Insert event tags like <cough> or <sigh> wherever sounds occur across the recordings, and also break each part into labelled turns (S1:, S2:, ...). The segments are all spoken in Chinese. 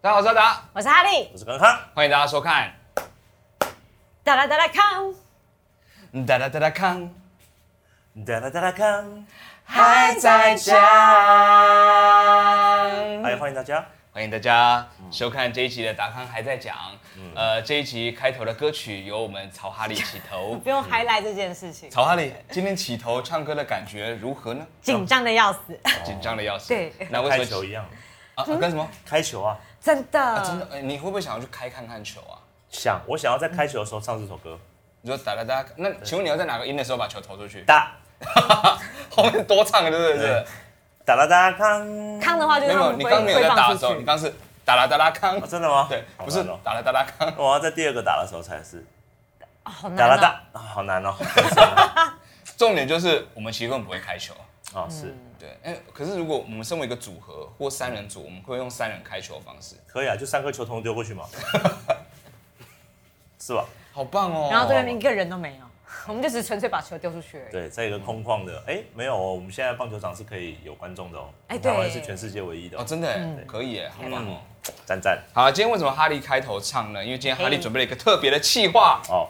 S1: 大家好，我是阿达，
S2: 我是哈利，
S3: 我是康康，
S1: 欢迎大家收看。
S2: 哒啦哒啦康，
S1: 哒哒哒哒康，
S3: 哒啦哒啦康，
S2: 嗯
S1: 还在讲。
S3: 哎，欢迎大家。
S1: 欢迎大家收看这一集的达康还在讲。
S3: 嗯
S1: 呃，这一集开头的歌曲由我们曹哈利起
S3: <laughs>
S1: 头。
S2: 不用 highlight 这件事情，
S1: 曹哈利今天起头唱歌的感觉如何呢？
S2: 紧张的要死， <laughs>
S1: 紧张的要死。
S2: 对嗯
S1: 那为
S3: 哦开
S1: 什
S3: 球
S1: 么
S3: 一样，
S1: 啊？啊干什么？
S3: 开球啊！
S2: 真
S1: 啊真的
S2: 的。，
S1: 呃你会不会想要去开看看球啊？
S3: 想我想要在开球的时候唱这首歌，
S1: 你说哒哒哒，那请问你要在哪个音的时候把球投出去？
S3: 哒
S1: 后面多唱个对不对
S3: 对？哒啦哒啦康。
S2: 康的话就
S1: 没
S2: 是
S1: 有，
S2: 会
S1: 你刚刚没有在
S2: 会
S1: 打
S2: 放
S1: 的时
S2: 出
S1: 候，你
S2: 去。
S1: 刚刚是哒啦哒啦康
S3: 哦。真的吗？
S1: <laughs> 对，
S3: 好
S1: 不是
S3: 难哦
S1: 哒啦哒啦康。
S3: 我要在第二个打的时候才是
S2: 哦好
S3: 哒啦
S2: 难啊！
S3: 哒，啊好难哦。 <laughs>
S1: 重点就是我们其实根本不会开球。
S3: 哦，是
S2: 嗯
S1: 对，哎、可是如果我们身为一个组合或三人组，我们会用三人开球的方式，
S3: 可以啊，就三颗球通通丢过去嘛， <laughs> 是吧？
S1: 好棒哦。
S2: 然后这边一个人都没有， <laughs> 我们就只是纯粹把球丢出去而已。
S3: 对，在一个空旷的，哎，没有哦，我们现在棒球场是可以有观众的哦，
S2: 嗯哎对
S3: 台湾是全世界唯一的
S1: 哦，
S3: 哦，
S1: 真的、可以耶，好棒
S3: 嗯
S1: 哦。
S3: 赞赞
S1: 好，今天为什么哈利开头唱呢？因为今天哈利准备了一个特别的企划
S3: 哦，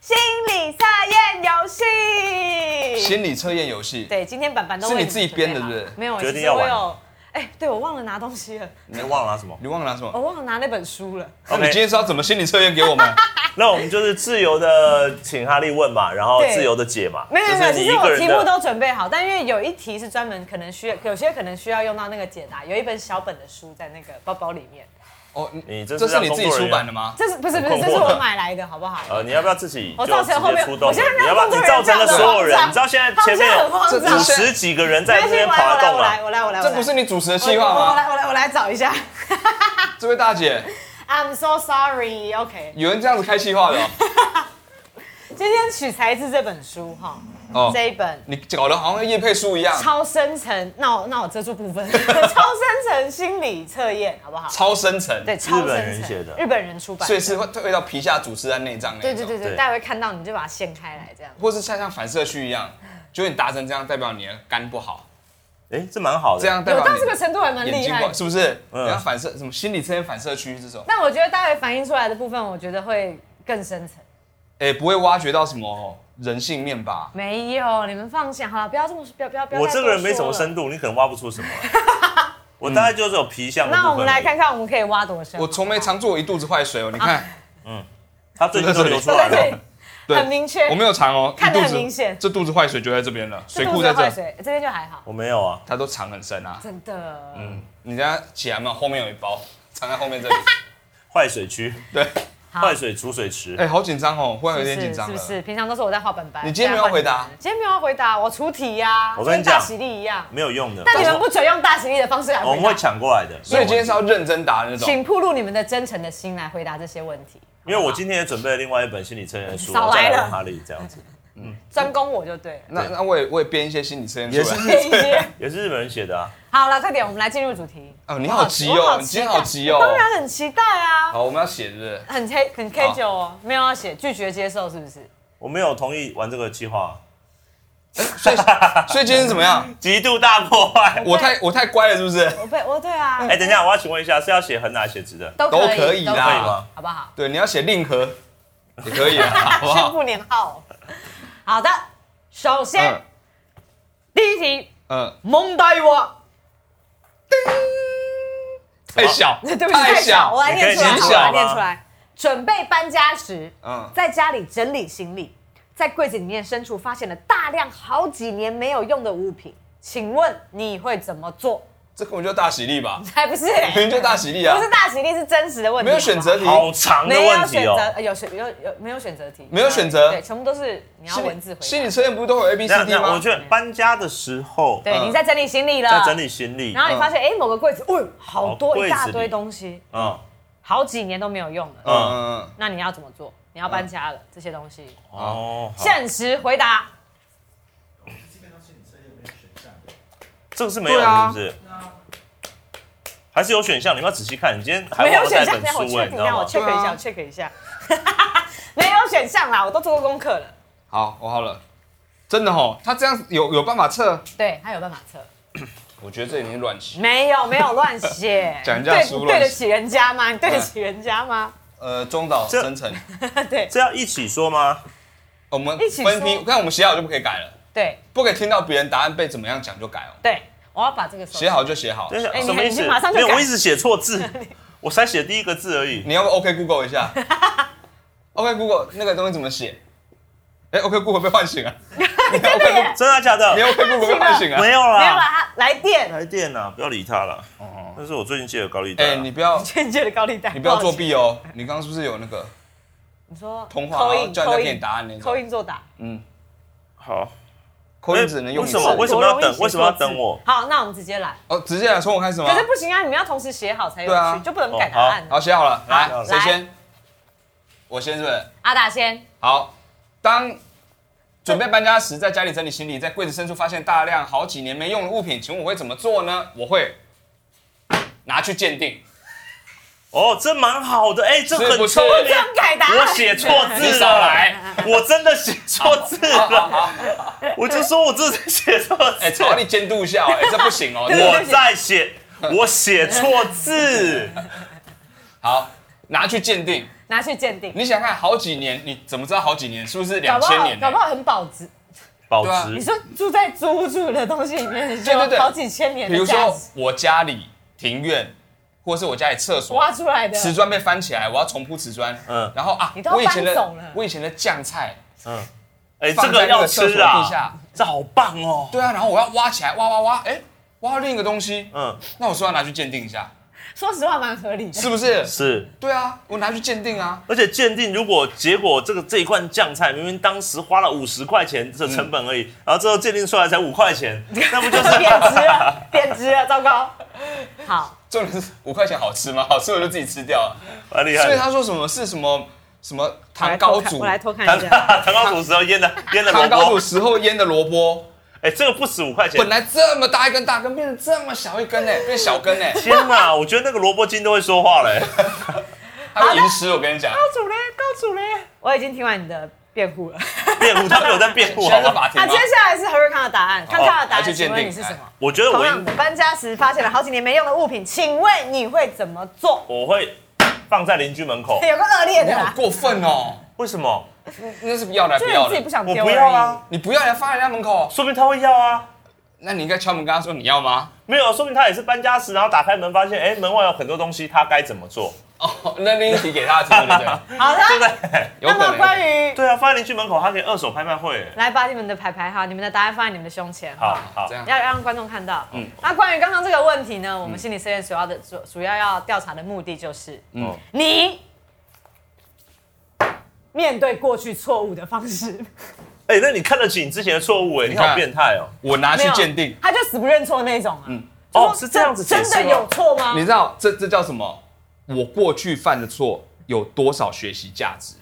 S2: 心理测验游
S1: ——
S3: 嗯
S2: 戏。
S1: 心理测验游戏。
S2: 对，今天板板都
S1: 是
S2: 为
S1: 你自己
S2: 准备
S1: 编的
S2: 好
S1: 是不是
S2: 没有，
S3: 决定
S2: 其实
S3: 要
S2: 我
S3: 玩
S2: 有。哎，对我忘了拿东西了，
S3: 你哎忘了拿什么
S1: 你忘了拿什么？
S2: 我忘了拿那本书了。
S1: 那嗯 <laughs> 你
S3: ？OK，
S1: 今天是要怎么心理测验给我
S3: <laughs>
S1: 们？
S3: 那我们就是自由的请哈利问嘛，然后
S2: 对
S3: 自由的解嘛，
S2: 没有
S3: 这
S2: 没有
S3: 是
S2: 没有，
S3: 你
S2: 其实
S3: 一个
S2: 我
S3: 人
S2: 题目
S3: 的
S2: 都准备好，但因为有一题是专门可能需要，有些可能需要用到那个解答，有一本小本的书在那个包包里面。
S1: 哦，
S3: 你真是
S1: 这是
S3: 让
S1: 你自己
S3: 工作人
S1: 出
S3: 员
S1: 版的吗？
S2: 这是不是不是？
S3: 很
S2: 这
S3: 困惑
S2: 是
S3: 的
S2: 我买来的，好不好？
S3: 呃，你要不要自己
S2: 我
S3: 就
S2: 造
S3: 直
S2: 成后
S3: 接
S2: 面
S3: 出动
S2: 我
S3: 了？
S2: 现在
S3: 你
S2: 让
S3: 要不要
S2: 工
S3: 你
S2: 作人
S3: 造
S2: 员
S3: 成了
S2: 这样
S3: 所有人
S2: 慌张？
S3: 你知道现在前面
S2: 他们真的很慌
S1: 这
S2: 张。
S3: 五
S1: 只
S3: 十几个人在那边
S2: 没关系
S3: 滑动啊
S2: 我来我来
S3: 了，
S2: 我来我来我来，
S1: 这不是你主持的计划
S2: 我
S1: 吗？
S2: 来我来我来找一下。
S1: 这位大姐，
S2: I'm so sorry. OK，
S1: 有人这样子开计划的哦
S2: 今天取材自这本书哈， <laughs>
S1: 哦？
S2: 这一本
S1: 你搞得好像叶配书一样，
S2: 超深层，那我那我遮住部分，超 <laughs> 深层心理测验，好不好？
S1: 超深层，
S2: 对，超深层
S3: 日本人写的
S2: 日本人出版
S1: 所
S2: 的。
S1: 以是会退到皮下组织在内脏那
S2: 对
S1: 种
S2: 对对对，
S3: 对
S2: 大家会看到你就把它掀开来这样。
S1: 或是像像反射区一样，就是你达成这样，代表你的肝不好，
S3: 哎，这蛮好的，
S1: 这样代
S2: 哦有
S1: 表
S2: 到
S1: 你
S2: 这个程度还蛮
S1: 眼
S2: 厉
S1: 睛
S2: 害
S1: 管
S2: 的，
S1: 是不是？
S3: 嗯
S1: 然后反射什么心理测验反射区这种，
S2: 但我觉得待会反映出来的部分，我觉得会更深层。
S1: 哎，不会挖掘到什么人性面吧？
S2: 没有，你们放下好了，不要这么说，不要不要不要。
S3: 我这个人没什么。深度，你可能挖不出什么
S2: <laughs>
S3: 来。我大概就是有皮相的部分
S2: 嗯
S3: 而已。
S2: 那我们来看看我们可以挖多深。
S1: 我从没尝出我一肚子坏水哦，你
S2: 啊
S1: 看，
S3: 他最近都流出
S2: 都
S3: 来
S2: 在
S3: 了
S2: 这
S3: 哦
S2: 里，，很明确。
S1: 我没有尝哦，
S2: 看得
S1: 一肚
S2: 很
S1: 子
S2: 明显
S1: 这肚子坏水就在这边了，水
S2: 肚
S1: 库
S2: 子
S1: 在
S2: 坏
S1: 这，
S2: 水这边就还好，
S3: 我没有啊。
S1: 它都藏很深啊。
S2: 真的。
S1: 你等下起来嘛，后面有一包藏在后面这里，
S3: 坏水区，
S1: 对，
S2: 好
S3: 坏水储水池。
S1: 哎，好紧张哦，忽然有
S2: 是
S1: 点
S2: 不
S1: 紧
S2: 是
S1: 张
S2: 是不
S1: 了。
S2: 是？平常都是我在画本本。
S1: 你今天没有回答
S2: 现在换你们今天没有回答，我出题呀，
S3: 我跟你讲
S2: 就大喜力一样。
S3: 没有用的。
S2: 但你们不准用大喜力的方式来
S3: 我
S2: 回
S3: 们会
S2: 答，
S3: 抢过来的。
S1: 所以今天是要认真答的那种。
S2: 请暴露你们的真诚的心来回答这些问题。
S3: 因为我今天也准备了另外一本心理测验的书，
S2: 少
S3: 我
S2: 来
S3: 再
S2: 了
S3: 来问哈利这样子，
S2: 专攻我就对了。
S1: 那那我也我也编一些心理测验出
S3: 也是
S1: 来。
S2: 谢谢。
S3: 也是日本人写的啊。
S2: 好了，快点，我们来进入主题。
S1: 哦，你好急
S2: 我
S1: 哦，
S2: 期
S1: 你今天好急哦
S2: 待。当然很期待啊，
S1: 好，我们要写是不是？
S2: 很 K 很 K 九哦，没有要写拒绝接受是不是？
S3: 我没有同意玩这个计划，啊
S1: 所以所以今天是怎么样？
S3: 极度大破坏。 <laughs>
S1: 我太我太乖了是不是？
S2: 我被我对啊，
S3: 哎，等一下，我要请问一下，是要写横的还是写直的？
S2: 都
S1: 都可以啦
S2: 都
S3: 可以吗？
S2: 好不好？
S1: 对，你要写令和也可以啊，好不
S2: 宣
S1: 好？
S2: 布年号。好的，首先、
S1: 嗯
S2: 第一题，
S1: 嗯，
S2: 蒙
S1: <laughs>
S2: 呆我，
S1: 太小，
S2: 对不起，太小，我来念出来，
S1: 可以
S3: 你
S2: 好
S1: 写
S2: 我
S1: 小吗
S2: 来念出来。准备搬家时，
S1: 嗯
S2: 在家里整理行李，在柜子里面深处发现了大量好几年没有用的物品，请问你会怎么做？
S1: 这根本就大喜力吧？
S2: <laughs> 还哎不是、
S1: 明明就大喜力啊
S2: 不，是大喜力，是真实的问题，
S1: 没有选择题，
S3: 好长的
S2: 没有
S3: 问
S2: 选
S3: 题
S2: 择，
S3: 哦。
S2: 呃有选有有没有选择题？
S1: 没有选择
S2: 对，全部都是你要
S1: 心理
S2: 文字回
S1: 心
S2: 答。
S1: 理测验不是都会有 A B
S3: 那
S1: C D
S3: 那
S1: 吗
S3: 我？觉得搬家的时候，
S2: 对，啊
S1: 嗯
S2: 你在整理行李了，
S3: 在整理，行李嗯
S2: 然，后你发现哎，诶某个柜子，哦，好
S3: 好
S2: 多
S3: 柜
S2: 一
S3: 子
S2: 大堆
S3: 里
S2: 东西，
S3: 嗯，
S2: 好几年都没有用了。
S1: 嗯嗯嗯，
S2: 那你要怎么做？你要搬家了，这些东西，
S3: 哦，好
S2: 限时回答。
S3: 这个是没有
S1: 对啊
S3: 是不是？还是有选项，你们要仔细看。你今天还
S2: 没有
S3: 忘了
S2: 选
S3: 带
S2: 项，
S3: 本
S2: 让我
S3: 书
S2: check 一下，
S3: 哎、你知
S2: 我
S3: 道吗？
S2: check 一下，check 一下。 <laughs> 没有选项啦，我都做过功课了。
S1: 好，我好了。真的吼，他这样有有办法测？
S2: 对他有办法测，
S4: 我觉得这已经乱写。
S2: 没有没有乱写，
S1: <laughs> 讲人家
S2: 对
S1: 书乱写
S2: 对得起人家吗？你对得起人家吗？ <laughs>
S1: 呃，中岛
S3: 这
S1: 真诚，
S2: 对
S3: 这要一起说吗？
S1: 我们
S2: 一起
S1: 分
S2: 说
S1: 批，但我们写好就不可以改了，
S2: 对
S1: 不可以听到别人答案被怎么样讲就改哦，
S2: 对，我要把这个手
S1: 写好就写好。
S3: 等一下，
S2: 哎你
S3: 什么意
S2: 你
S3: 思？
S2: 马上就
S3: 没有，
S2: 改
S3: 我一直写
S2: <laughs>
S3: 错字，我才写第一个字而已。
S1: 你要不 OK Google 一
S3: <laughs>
S1: 下？OK Google 那个东西怎么写？哎，OK Google 被唤
S3: <laughs>
S1: 醒了，
S2: 哎
S3: 真的假的
S1: 你？OK Google 被唤醒啊？
S3: 没有啦，
S2: 没有了，他来电， <laughs>
S3: 来电啊，不要理他了。哦，那是我最近借的高利贷啊。
S1: 哎，你不
S3: <laughs>
S1: 要
S2: 欠借的高利贷，
S1: 你不要作
S2: 抱歉。
S1: 弊哦！你刚刚是不是有那个
S2: 你说
S1: 通话
S2: 扣
S1: 然后
S2: 印
S1: 叫人
S2: 扣
S1: 家给你
S2: 印
S1: 答案那
S2: 扣
S1: 种？
S2: 印作答，
S1: 嗯，
S3: 好，
S1: 扣印只能用一
S3: 为
S1: 次
S3: 什么为什么要等
S2: 我容易写
S3: 为什么要
S2: 错字
S3: 等我？
S2: 好，那我们直接来。
S1: 哦，直接来从我开始吗
S2: 可？是不行啊，你们要同时写好才有
S1: 对啊哦
S2: 趣，就不能改答案。
S1: 好，写好了，
S3: 好
S1: 来，谁
S2: 来
S1: 先？我先是不是？
S2: 阿达先，
S1: 好，当准备搬家时，在家里整理行李，在柜子深处发现大量好几年没用的物品，请问我会怎么做呢？我会拿去鉴定，
S3: 哦，这蛮好的，哎，这
S1: 是不
S3: 很
S1: 是
S3: 聪
S2: 不能
S3: 明。
S2: 改答案。
S3: 我写错字
S1: 你
S3: 了，
S1: 少来！
S3: 我真的写错字
S1: <laughs>
S3: 了，我就说我这是写错字。
S2: <laughs>
S1: 哎，朝你监督一下哦，哎，这不行哦，这
S3: 我在写，我写错
S1: <laughs>
S3: 字。
S1: 好。拿去鉴定，
S2: <laughs> 拿去鉴定，
S1: 你想看好几年？你怎么知道好几年？是不是
S2: 搞
S1: 两
S2: 不
S1: 千
S2: 好
S1: 年呢、
S2: 搞不好很保值。
S3: 保嗯
S1: 对啊
S2: 你
S3: 值
S2: 说住在租屋住的东西里面，
S1: 对对
S2: 就
S1: 对
S2: 好几千年
S1: 比
S2: 的
S1: 如
S2: 价
S1: 说
S2: 值
S1: 我家里庭院，或是我家里厕所
S2: 挖出来的。
S1: 瓷砖被翻起来，我要重铺瓷砖。
S3: 嗯
S1: 嗯，然后啊
S2: 你都，要
S1: 我以前
S2: 搬走了
S1: 的我以前的酱菜
S3: 嗯，哎，这
S1: 放在
S3: 个
S1: 那
S3: 要
S1: 个厕所
S3: 吃
S1: 地
S3: 啊
S1: 下，，
S3: 这好棒哦。
S1: 对啊，然后我要挖起来，挖挖挖，哎，挖到另一个东西，
S3: 嗯，
S1: 那我说要拿去鉴定一下，
S2: 说实话蛮合理的。
S1: 是不是？
S3: 是。
S1: 对啊，我拿去鉴定啊，
S3: 而且鉴定，如果结果这个这一罐酱菜明明当时花了五十块钱的成本而已，然后最后鉴定出来才五块钱，那
S1: <laughs>
S3: 不就是
S2: 贬值了，贬值了，糟糕。好，
S1: 重点是五块钱好吃吗？好吃我就自己吃掉了。
S3: 蛮啊厉害
S1: 所以
S3: 的？
S1: 他说什么是什么什么
S2: 我来
S1: 糖
S2: 偷
S1: 糕
S2: 看，
S1: 煮
S2: 我，来偷看
S3: 糖
S2: 一下。
S3: <laughs> 糖糕煮时候腌的腌的
S1: 糖
S3: 萝
S1: 糕煮
S3: 卜，
S1: 时候腌的萝卜，
S3: 哎，这个不止五块钱
S1: 本。来这么大一根大根，变成这么小一根呢，变小根呢，
S3: 天哪，我觉得那个萝卜筋都会说
S1: <laughs>
S3: 话嘞。
S1: 它会吟诗，我跟你讲。
S2: 高主嘞，高主嘞，我已经听完你的辩护了。
S3: 辩护，他哎们有在辩护，
S1: 现
S3: 好
S1: 在是
S3: 吗？
S1: 法庭
S2: 那
S1: 吗
S2: 接？下啊来是何瑞康的答案，康康的答
S1: 拿去鉴
S2: 案，请问
S1: 定
S2: 你是什么？
S3: 我觉得
S2: 同
S3: 哎我
S2: 样
S1: 啊
S3: 应
S2: 的，搬家时发现了好几年没用的物品，请问你会怎么做？
S3: 我会放在邻居门口。
S2: 有个恶劣
S1: 你
S2: 的
S1: 好
S2: 啦，
S1: 过分哦！
S3: 为什么？
S1: 那是要来
S2: 就
S1: 不
S2: 是
S1: 要
S2: 你自己不
S1: 的，
S2: 想
S3: 我
S2: 丢
S3: 不
S2: 而已
S3: 要啊，
S1: 你不要来放在人家门口，
S3: 说明他会要啊。
S1: 那你应该敲门跟他说你要吗？
S3: 没有，说明他也是搬家时，然后打开门发现，哎，门外有很多东西，他该怎么做？
S1: 哦，那另一题给他题目对不对？
S3: <laughs>
S1: <laughs>
S2: 好
S3: 对不
S2: 的，
S3: 对？
S1: 有
S2: 那
S1: 可
S2: 么
S1: 能。
S2: 关于
S3: 对啊，放在邻居门口，他可以二手拍卖会。
S2: 来把你们的牌牌哈，你们的答案放在你们的胸前
S3: 好
S2: 哈。
S3: 好
S1: 这，样
S2: 要让观众看到。嗯，那关于刚刚这个问题呢，我们心理测验主要的主主要要调查的目的就是，
S1: 哦
S3: 嗯，
S2: 你面对过去错误的方式，
S3: 哎、那你看得起你之前的错误哎，你
S1: 看
S3: 好变态哦、
S1: 我拿
S2: 没
S1: 去
S2: 有
S1: 鉴定，，
S2: 他就死不认错那种啊。嗯，
S3: 哦，是这样子解
S2: 真
S3: 释
S2: 的
S3: 吗
S2: 有错吗
S1: 你？知道这这叫什么？我过去犯的错有多少学习价值？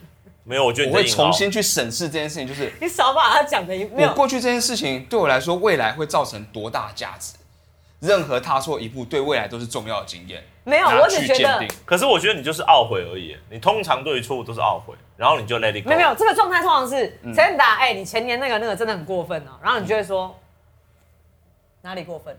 S3: 没有？我觉得
S2: 啊
S1: 我
S3: 你在
S1: 会
S3: 硬
S1: 重
S3: 凹
S1: 新去审视这件事情，就是
S2: 你少把他讲的一没
S1: 我
S2: 有
S1: 过去这件事情对我来说，未来会造成多大的价值？任何踏错一步，对未来都是重要的经验。
S2: 没有，
S1: 拿
S2: 我只
S1: 去
S2: 觉
S1: 鉴
S2: 得
S1: 定。
S3: 可是我觉得你就是懊悔而已，你通常对于错误都是懊悔，然后你就 let it go。
S2: 没有没有，这个状态通常是陈达，哎、你前年那个那个真的很过分哦、然后你就会说哪里过分、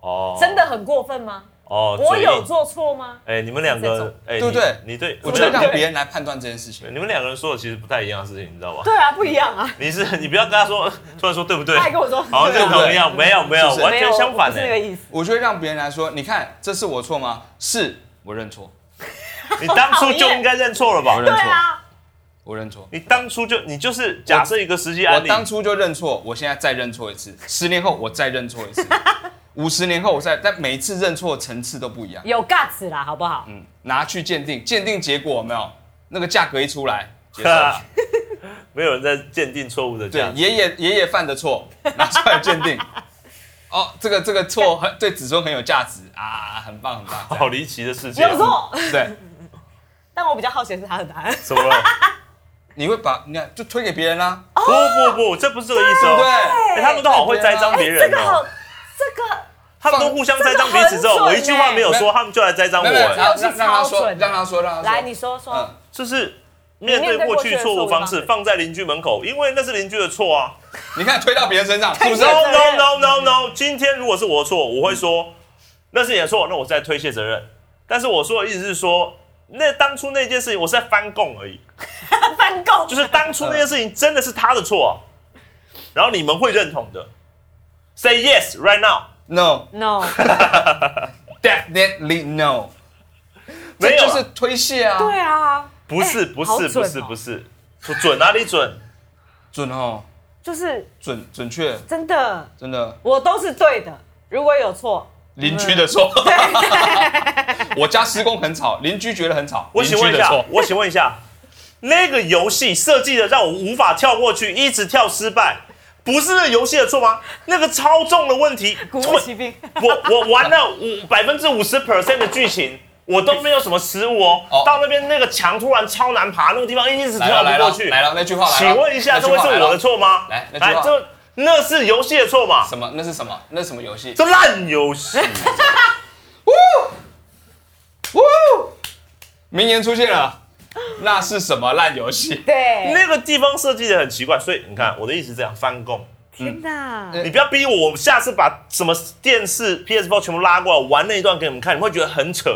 S3: 哦，
S2: 真的很过分吗？
S3: 哦，
S2: 我
S3: 嘴硬
S2: 有。做错吗？
S3: 哎、你们两
S2: 这种
S3: 个，哎、
S1: 对不对
S3: 你？你对，
S1: 我
S3: 我
S1: 觉
S3: 觉
S1: 得
S3: 得
S1: 让别人来判断这件事情，
S3: 你们两个人说的其实不太一样的事情，你知道吧？
S2: 对啊，不一样啊。
S3: 你是你不要跟他说，呃突然说对不对？
S2: 他还跟我说
S3: <laughs> 好像
S2: 对
S3: 认
S2: 啊
S3: 同一样，没有没有，
S1: 是不是
S3: 完全
S2: 我
S3: 相反欸
S2: 不
S3: 呢
S2: 是。那个意思。
S1: 我就会让别人来说，你看，这是我错吗？是我认错，
S3: 你当初就应该认错了吧
S1: 我？认
S2: 对
S1: 错，
S2: 啊，
S1: 我认错。
S3: 你当初就你就是假设一个实际案
S1: 我
S3: 例，
S1: 当初就认错，我现在再认错一次，十年后我再认错一
S2: <laughs>
S1: 次，五十年后我再，但每一次认错层次都不一样。
S2: 有 guts 啦，好不好？
S1: 嗯，拿去鉴定，鉴定结果有没有？那个价格一出来，接受
S3: <laughs> 没有人在鉴定错误的
S1: 对
S3: 价，值。
S1: 爷爷爷爷犯的错拿出来鉴
S2: <laughs>
S1: 定。哦，这个这个错很对子孙很有价值啊，很棒很棒。
S3: 好离奇的世界啊。
S2: 有错，
S1: 对，
S2: 但我比较好奇的是他的答案。
S3: 怎么了？
S1: 你会把你看就推给别人啦、
S2: 哦
S3: 不不不，这不是这个意思哦。
S1: 对
S3: <laughs> 哎他们都好会栽赃别
S2: 这
S3: 人
S2: 个好
S3: 哦。，
S2: 这个
S3: 他们都互相栽赃彼此之后，
S2: 这个很准哎
S3: 我一句话没有说，他们就来栽赃我、
S1: 没有没有
S3: 哎
S1: 让
S2: 这
S1: 让
S2: 个是
S1: 让他
S2: 超
S1: 说，
S2: 准的
S1: 让他说，让他说。
S2: 来，你说说，
S1: 嗯
S3: 就是面对过去错误方式放在邻居门口，因为那是邻居的错啊。
S1: 你看推到别人身
S2: 哎
S1: 上，是不是？
S3: No no no no no！今天如果是我的错，我会说那是你的错，那我是在推卸责任。但是我说的意思是说，那当初那件事情我是在翻供而已，
S2: 翻供
S3: 嗯就是当初那件事情真的是他的错、啊，然后你们会认同的。Say yes right now，
S1: No
S3: <laughs>
S2: no，
S1: definitely no，
S3: 没
S1: 这
S3: 有啊
S1: 就是推卸啊，
S2: 对啊，
S3: 不是
S2: 哎
S3: 不
S2: 好
S3: 是
S2: 准
S3: 不
S2: 哦
S3: 是不是，不准哪里准？
S1: 准哦，
S2: 就是
S1: 准准确，
S2: 真的，
S1: 真的
S2: 我都是对的，如果有错，
S1: 邻居的错。 <laughs> 我家施工很吵，邻居觉得很吵，
S3: 我请问一
S1: 邻居的
S3: 下
S1: 错，
S3: 我请问一下，那个游戏设计的让我无法跳过去，一直跳失败，不是那游戏的错吗？那个超重的问题，
S2: 鼓舞骑兵， <laughs>
S3: 我我玩了五百分之五十 percent 的剧情，我都没有什么失误哦。
S1: 哦
S3: 到那边那个墙突然超难爬，那个地方一直
S1: 来了
S3: 跳
S1: 来
S3: 不过
S1: 了
S3: 去。
S1: 来了，那句话来了。
S3: 请问一下，
S1: 那
S3: 这
S1: 句
S3: 会
S1: 话
S3: 是
S1: 来了
S3: 我的？错吗？
S1: 来那句话
S3: 这那是游戏的错嘛？
S1: 什么？那是什么？那是什么游戏？
S3: 这烂游戏，
S1: 呜，名言出现了，那是什么烂游
S3: <laughs>
S1: 戏？
S2: 对，
S3: 那个地方设计的很奇怪，所以你看我的意思是这样翻供。
S2: 天哪，
S1: 嗯
S3: 你不要逼我，我下次把什么电视 PS4 全部拉过来玩那一段给你们看，你们会觉得很扯。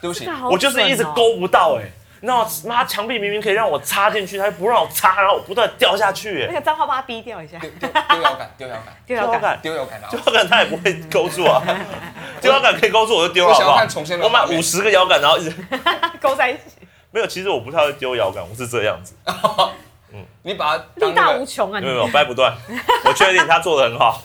S1: 对不起，
S2: 这好
S3: 我就是一直
S2: 准哦，
S3: 勾不到哎、欸，那妈墙壁明明可以让我插进去，它就不让我插，然后我不断掉下去
S2: 那
S3: 哎、
S2: 个脏话把它逼掉一
S3: <laughs>
S2: 下，
S1: 丢丢丢摇杆，丢摇杆，
S2: 丢
S3: 欸，
S2: 掉
S3: 丢
S2: 感，
S3: 感，
S1: 丢摇杆啊！
S3: 丢摇杆它也不会勾住啊，丢摇杆可以勾住我就丢了好
S1: 我
S3: 不
S1: 想要
S3: 好
S1: 看重现？的
S3: 我买
S1: 画面
S3: 五十个摇杆，然后一直
S2: <laughs>
S3: <laughs>
S2: 勾在一起，
S3: 没有，其实我不太会丢摇杆，我是这样子，
S1: <laughs> 你把它
S2: 力
S1: 当
S2: 大
S1: 那
S2: 无
S1: 个，
S2: 穷啊，
S3: 没
S2: 你
S3: 有没
S2: <laughs>
S3: 有掰不断，我确定他做的很好，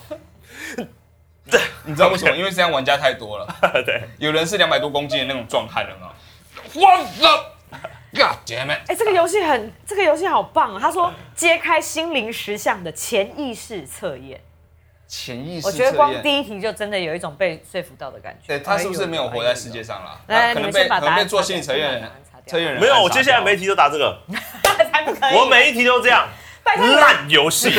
S3: <laughs>
S1: 你知道为什么？因为这样玩家太多了，
S3: 对，
S1: 有人是两百多公斤的那种壮汉了嘛。What the God damn it！
S2: 哎、这个游戏很，这个游戏好棒啊！他说揭开心灵实相的潜意识测验，
S1: 潜意识
S2: 我觉得光
S1: 测验
S2: 第一题就真的有一种被说服到的感觉。
S1: 对他是不是没哎有活在世界
S2: 上？
S1: 上啦？
S2: <laughs> 来
S1: 他可
S2: 哎你们
S1: 能
S2: 先
S1: 被
S2: 把
S1: 可
S2: 答案
S1: 能被做
S2: 擦掉
S1: 心理测验
S2: 把
S1: 人
S2: 答案擦掉
S1: 测验人
S3: 没有，
S1: 暗杀
S3: 我接下来
S1: 掉
S3: 每一题都答这个，
S2: <laughs> 才不可以！
S3: 我每一题都这样。
S2: 拜托你们
S3: 烂哎游戏。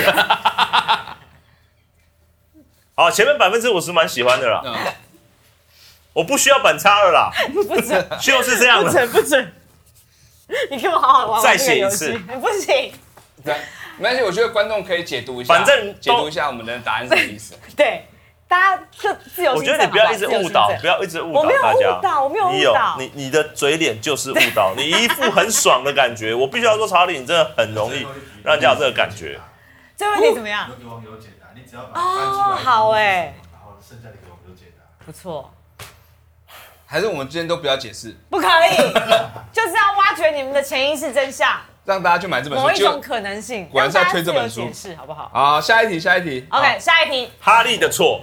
S3: 好，前面百分之五十蛮喜欢的啦，
S1: 嗯
S3: 我不需要板擦了啦，
S2: <laughs> 不准，
S3: 就是这样
S2: 不 <laughs>
S3: 的。
S2: 准，不准！你给我好好玩玩
S3: 再
S2: 这个
S3: 写一
S2: 游
S3: 次
S2: 戏， <laughs> 不行。
S1: 对，没关系，我觉得观众可以解读一下，
S3: 反正都
S1: 解读一下我们的答案是什么意思。
S2: 对，大家就自由
S3: 我
S2: 心
S3: 觉
S2: 证
S3: 得你
S2: 好
S3: 不要
S2: 好
S3: 一直
S2: 自由
S3: 误
S2: 心
S3: 导，
S2: 证
S3: 不要一直误
S2: 我
S3: 导
S2: 没有
S3: 大家。
S2: 误导我没有
S3: 你
S2: 误
S3: 有
S2: 导
S3: 你你的嘴脸就是误
S2: <laughs>
S3: 导，你一副很爽的感觉。我必须要说，查理，你真的很
S2: <laughs>
S3: 容易让人家有这个感觉。
S2: 这个问题怎么样？
S5: 有给网友解答，你只要把它翻出来
S2: 哦好欸
S5: 然后剩下的给网友解答。
S2: 不错，
S1: 还是我们之间都不要解释，
S2: 不可以， <laughs> 就是要挖掘你们的潜意识真相，
S1: 让大家去买这本
S2: 某
S1: 书。
S2: 一种
S1: 就
S2: 可能性。
S1: 果然是要
S2: 让大
S1: 推
S2: 家
S1: 这本
S2: 自由
S1: 书
S2: 解释好不好
S1: 好，下一题，下一题。
S2: ？OK，下一题。
S3: 哈利的错，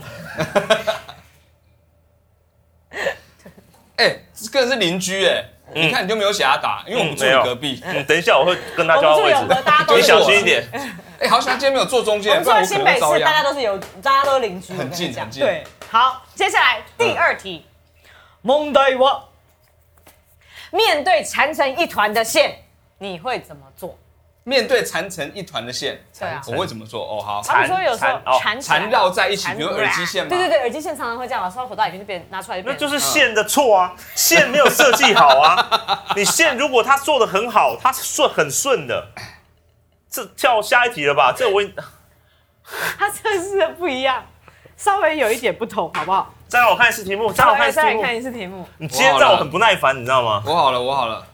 S1: 哎，这个是邻居哎，你看你就没有写他打，因为我们住
S3: 嗯
S1: 你
S3: 没有
S1: 隔壁。
S3: 嗯，等一下我会跟他交
S2: 我
S3: 换
S2: 们
S3: 位
S2: 这里有个大家
S3: 置，
S2: 都
S3: <laughs> 你
S2: 是
S3: 小心一点。
S1: 哎，好像他今天没有坐中
S2: 我
S1: 间，
S2: 们
S1: 不
S2: 说
S1: 然我可
S2: 的新
S1: 能
S2: 北
S1: 会
S2: 市
S1: 遭，
S2: 大
S1: 殃。
S2: 家都是有，大家都是邻居，
S1: 很
S2: 我跟
S1: 近
S2: 你讲
S1: 很近嗯
S2: 对，好，接下来第二题，蒙代我面对缠成一团的线，你会怎么做？
S1: 面对缠成一团的线，
S2: 对啊
S1: 我会怎么做？哦，好，
S2: 他们说有时候
S3: 缠哦
S2: 缠起来
S1: 缠绕在一起，
S2: 缠
S1: 比如耳机线嘛。
S2: 对对对，耳机线常常会这样，把收到口袋里面就变拿出来就
S3: 那
S2: 变。
S3: 就是线的错啊，线没有设计好啊。 <laughs> 你线如果它做的很好，它顺很顺的，这跳下一题了吧？这我
S2: 它测试的不一样，稍微有一点不同，好不好？
S3: 再让我看一次题目，再让我看一次
S2: 再
S3: 题
S2: 来
S3: 目。
S2: 看一次题目。
S3: 你今天让我很不耐烦，你知道吗？哦
S1: 我好了，我好了，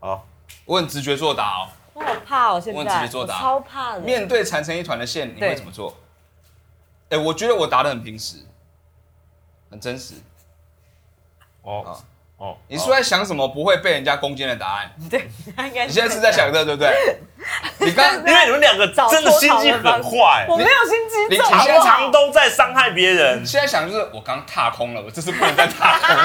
S3: 好，
S1: 我很直觉作答哦。
S2: 我好怕哦，现
S1: 我很
S2: 在
S1: 直接作答
S2: 我超怕的。
S1: 面对缠成一团的线，你
S2: 对
S1: 会怎么做？哎、我觉得我答的很平实，很真实。
S3: 哦哦，
S1: 你是在想什么不会被人家攻坚的答案？
S2: <laughs> 对，它应该
S1: 你
S2: 是
S1: 现在是在想
S2: <laughs>
S1: 这，对不对？你刚
S3: 因为你们两个真的心机很坏，
S2: 我没有心机
S1: 哎你
S2: 重，
S1: 你
S2: 好
S1: 现在
S2: 不好
S3: 常常都在伤害
S2: <laughs>
S3: 别人，
S1: 现在想就是我刚踏空了，我这次不能再踏空。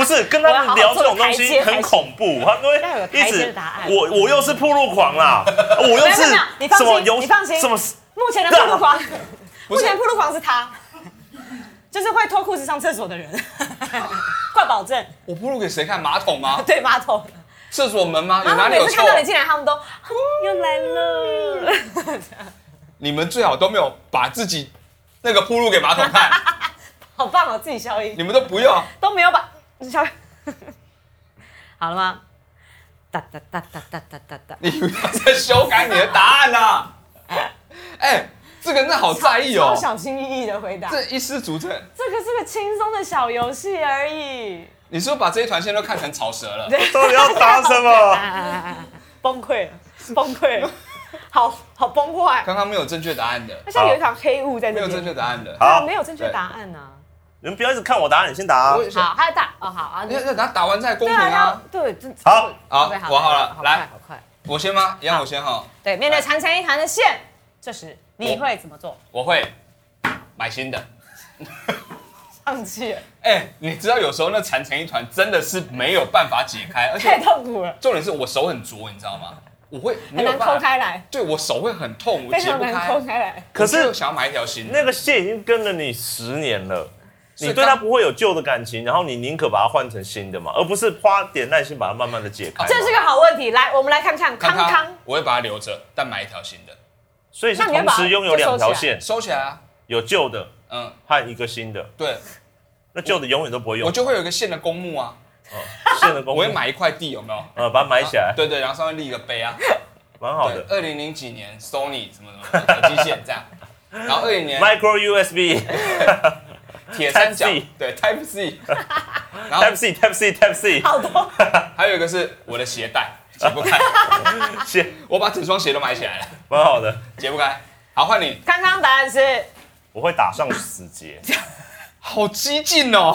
S3: 不是跟他们聊这种东西
S2: 我要好好做台阶
S3: 很恐怖，他们
S2: 要有
S3: 会
S2: <laughs>
S3: 一
S2: 台阶
S3: 直
S2: 的答案嗯
S3: 我我又是铺路狂啦，我又是
S2: 没有没有你放心
S3: 什么游
S2: 你放心
S3: 什么
S2: 目前的铺路
S1: <laughs>
S2: 狂，目
S1: 是
S2: 前铺路狂是他，就是会脱裤子上厕所的人， <laughs> 挂保证，
S1: 我铺路给谁看？马桶吗？
S2: 对马桶。
S1: 厕所门吗？有
S2: 然
S1: 哪
S2: 后
S1: 里
S2: 啊每
S1: 有
S2: 次
S1: 臭
S2: 看？到你进来，他们都哼又来
S1: <laughs>
S2: 了。 <laughs>
S1: 你们最好都没有把自己那个铺路给马桶看。
S2: 好棒我自己消音，
S1: 你们都不用，
S2: 都没有把消。 <laughs> 好了吗？哒哒哒哒哒哒哒哒。
S1: 你们在修改你的答案
S2: <laughs>
S1: 啊！哎，这个真的好在意
S2: 超
S1: 哦，
S2: 小心翼翼的回答，
S1: 这一失足症。
S2: 这个是个轻松的小游戏而已。
S1: 你是不是把这一团线都看成草蛇了？
S3: 到底要答什
S2: <laughs>
S3: 么？
S2: 崩溃了，崩
S1: <laughs>
S2: 溃了，好好崩坏。
S1: 刚刚没有正确答案的，
S2: 那现在有一团黑雾在
S1: 没
S2: 这
S1: 有正
S2: 边，
S1: 确答案的。
S2: 啊，
S3: 好
S2: 没，有正确答案啊呢。
S3: 你们不要一直看我答案，你先答啊。
S1: 我也想
S2: 好，还有打哦，好啊，
S1: 那那打打完再公
S2: 对
S1: 平
S2: 啊，要
S1: 啊！
S2: 对，真
S3: 好
S1: 好
S2: 对
S1: 我好了
S2: 好
S1: 来
S2: 快好快。
S1: 我先吗？一样我先哈，
S2: 对，面对长成一团的线，这时你会怎么做？
S1: 我会买新的。
S2: 放弃了，
S1: 哎，你知道有时候那缠成一团真的是没有办法解
S2: <laughs>
S1: 开，而
S2: 太
S1: 且
S2: 痛苦了，
S1: 重点是我手很拙，你知道吗？我会没
S2: 很
S1: 有
S2: 难
S1: 办
S2: 抠
S1: 法，
S2: 开来，
S1: 对我手会很痛，我
S2: 非
S1: 解
S2: 常
S1: 不
S2: 难抠
S1: 开。
S2: 开来。
S3: 可
S1: 我
S3: 是
S1: 就想要买一条新的，
S3: 那个线已经跟了你十年了，
S1: 所以
S3: 你对它
S1: 当
S3: 不会有旧的感情，然后你宁可把它换成新的嘛，而不是花点耐心把它慢慢的解开嘛。
S2: 哦这是个好问题，来，我们来看看康
S1: 看它
S2: 康，
S1: 我会把它留着，但买一条新的，
S3: 所以是
S2: 那你要
S3: 同
S2: 把它
S3: 时拥有两条线，
S1: 收起来啊。
S3: 有旧的
S1: 嗯，
S3: 和一个新的，
S1: 对，
S3: 那旧的永远都不会用
S1: 我，就会有一个线的公墓啊，
S3: 线的
S1: 我
S3: 公
S1: 会买一块地，有没有？啊
S3: 呃把它埋起
S2: 啊
S3: 来，
S1: 对对，然后上面立一个碑啊。
S3: 蛮好
S1: 对
S3: 的。，
S1: 二零零几年 Sony 什么什么耳机线这样，然后二零年
S3: Micro USB
S1: 铁三角
S3: Type C
S1: 对 Type
S3: <laughs>
S1: C，然后
S3: Type C Type C Type C
S2: 好多，
S1: 还有一个是我的鞋带解不
S3: <laughs>
S1: 开，
S3: 线，
S1: 我把整双鞋都买起来了，
S3: 蛮好的。
S1: 解不开。好，换你，
S2: 康康答案是
S3: 我会打上死结，
S1: 好激进哦，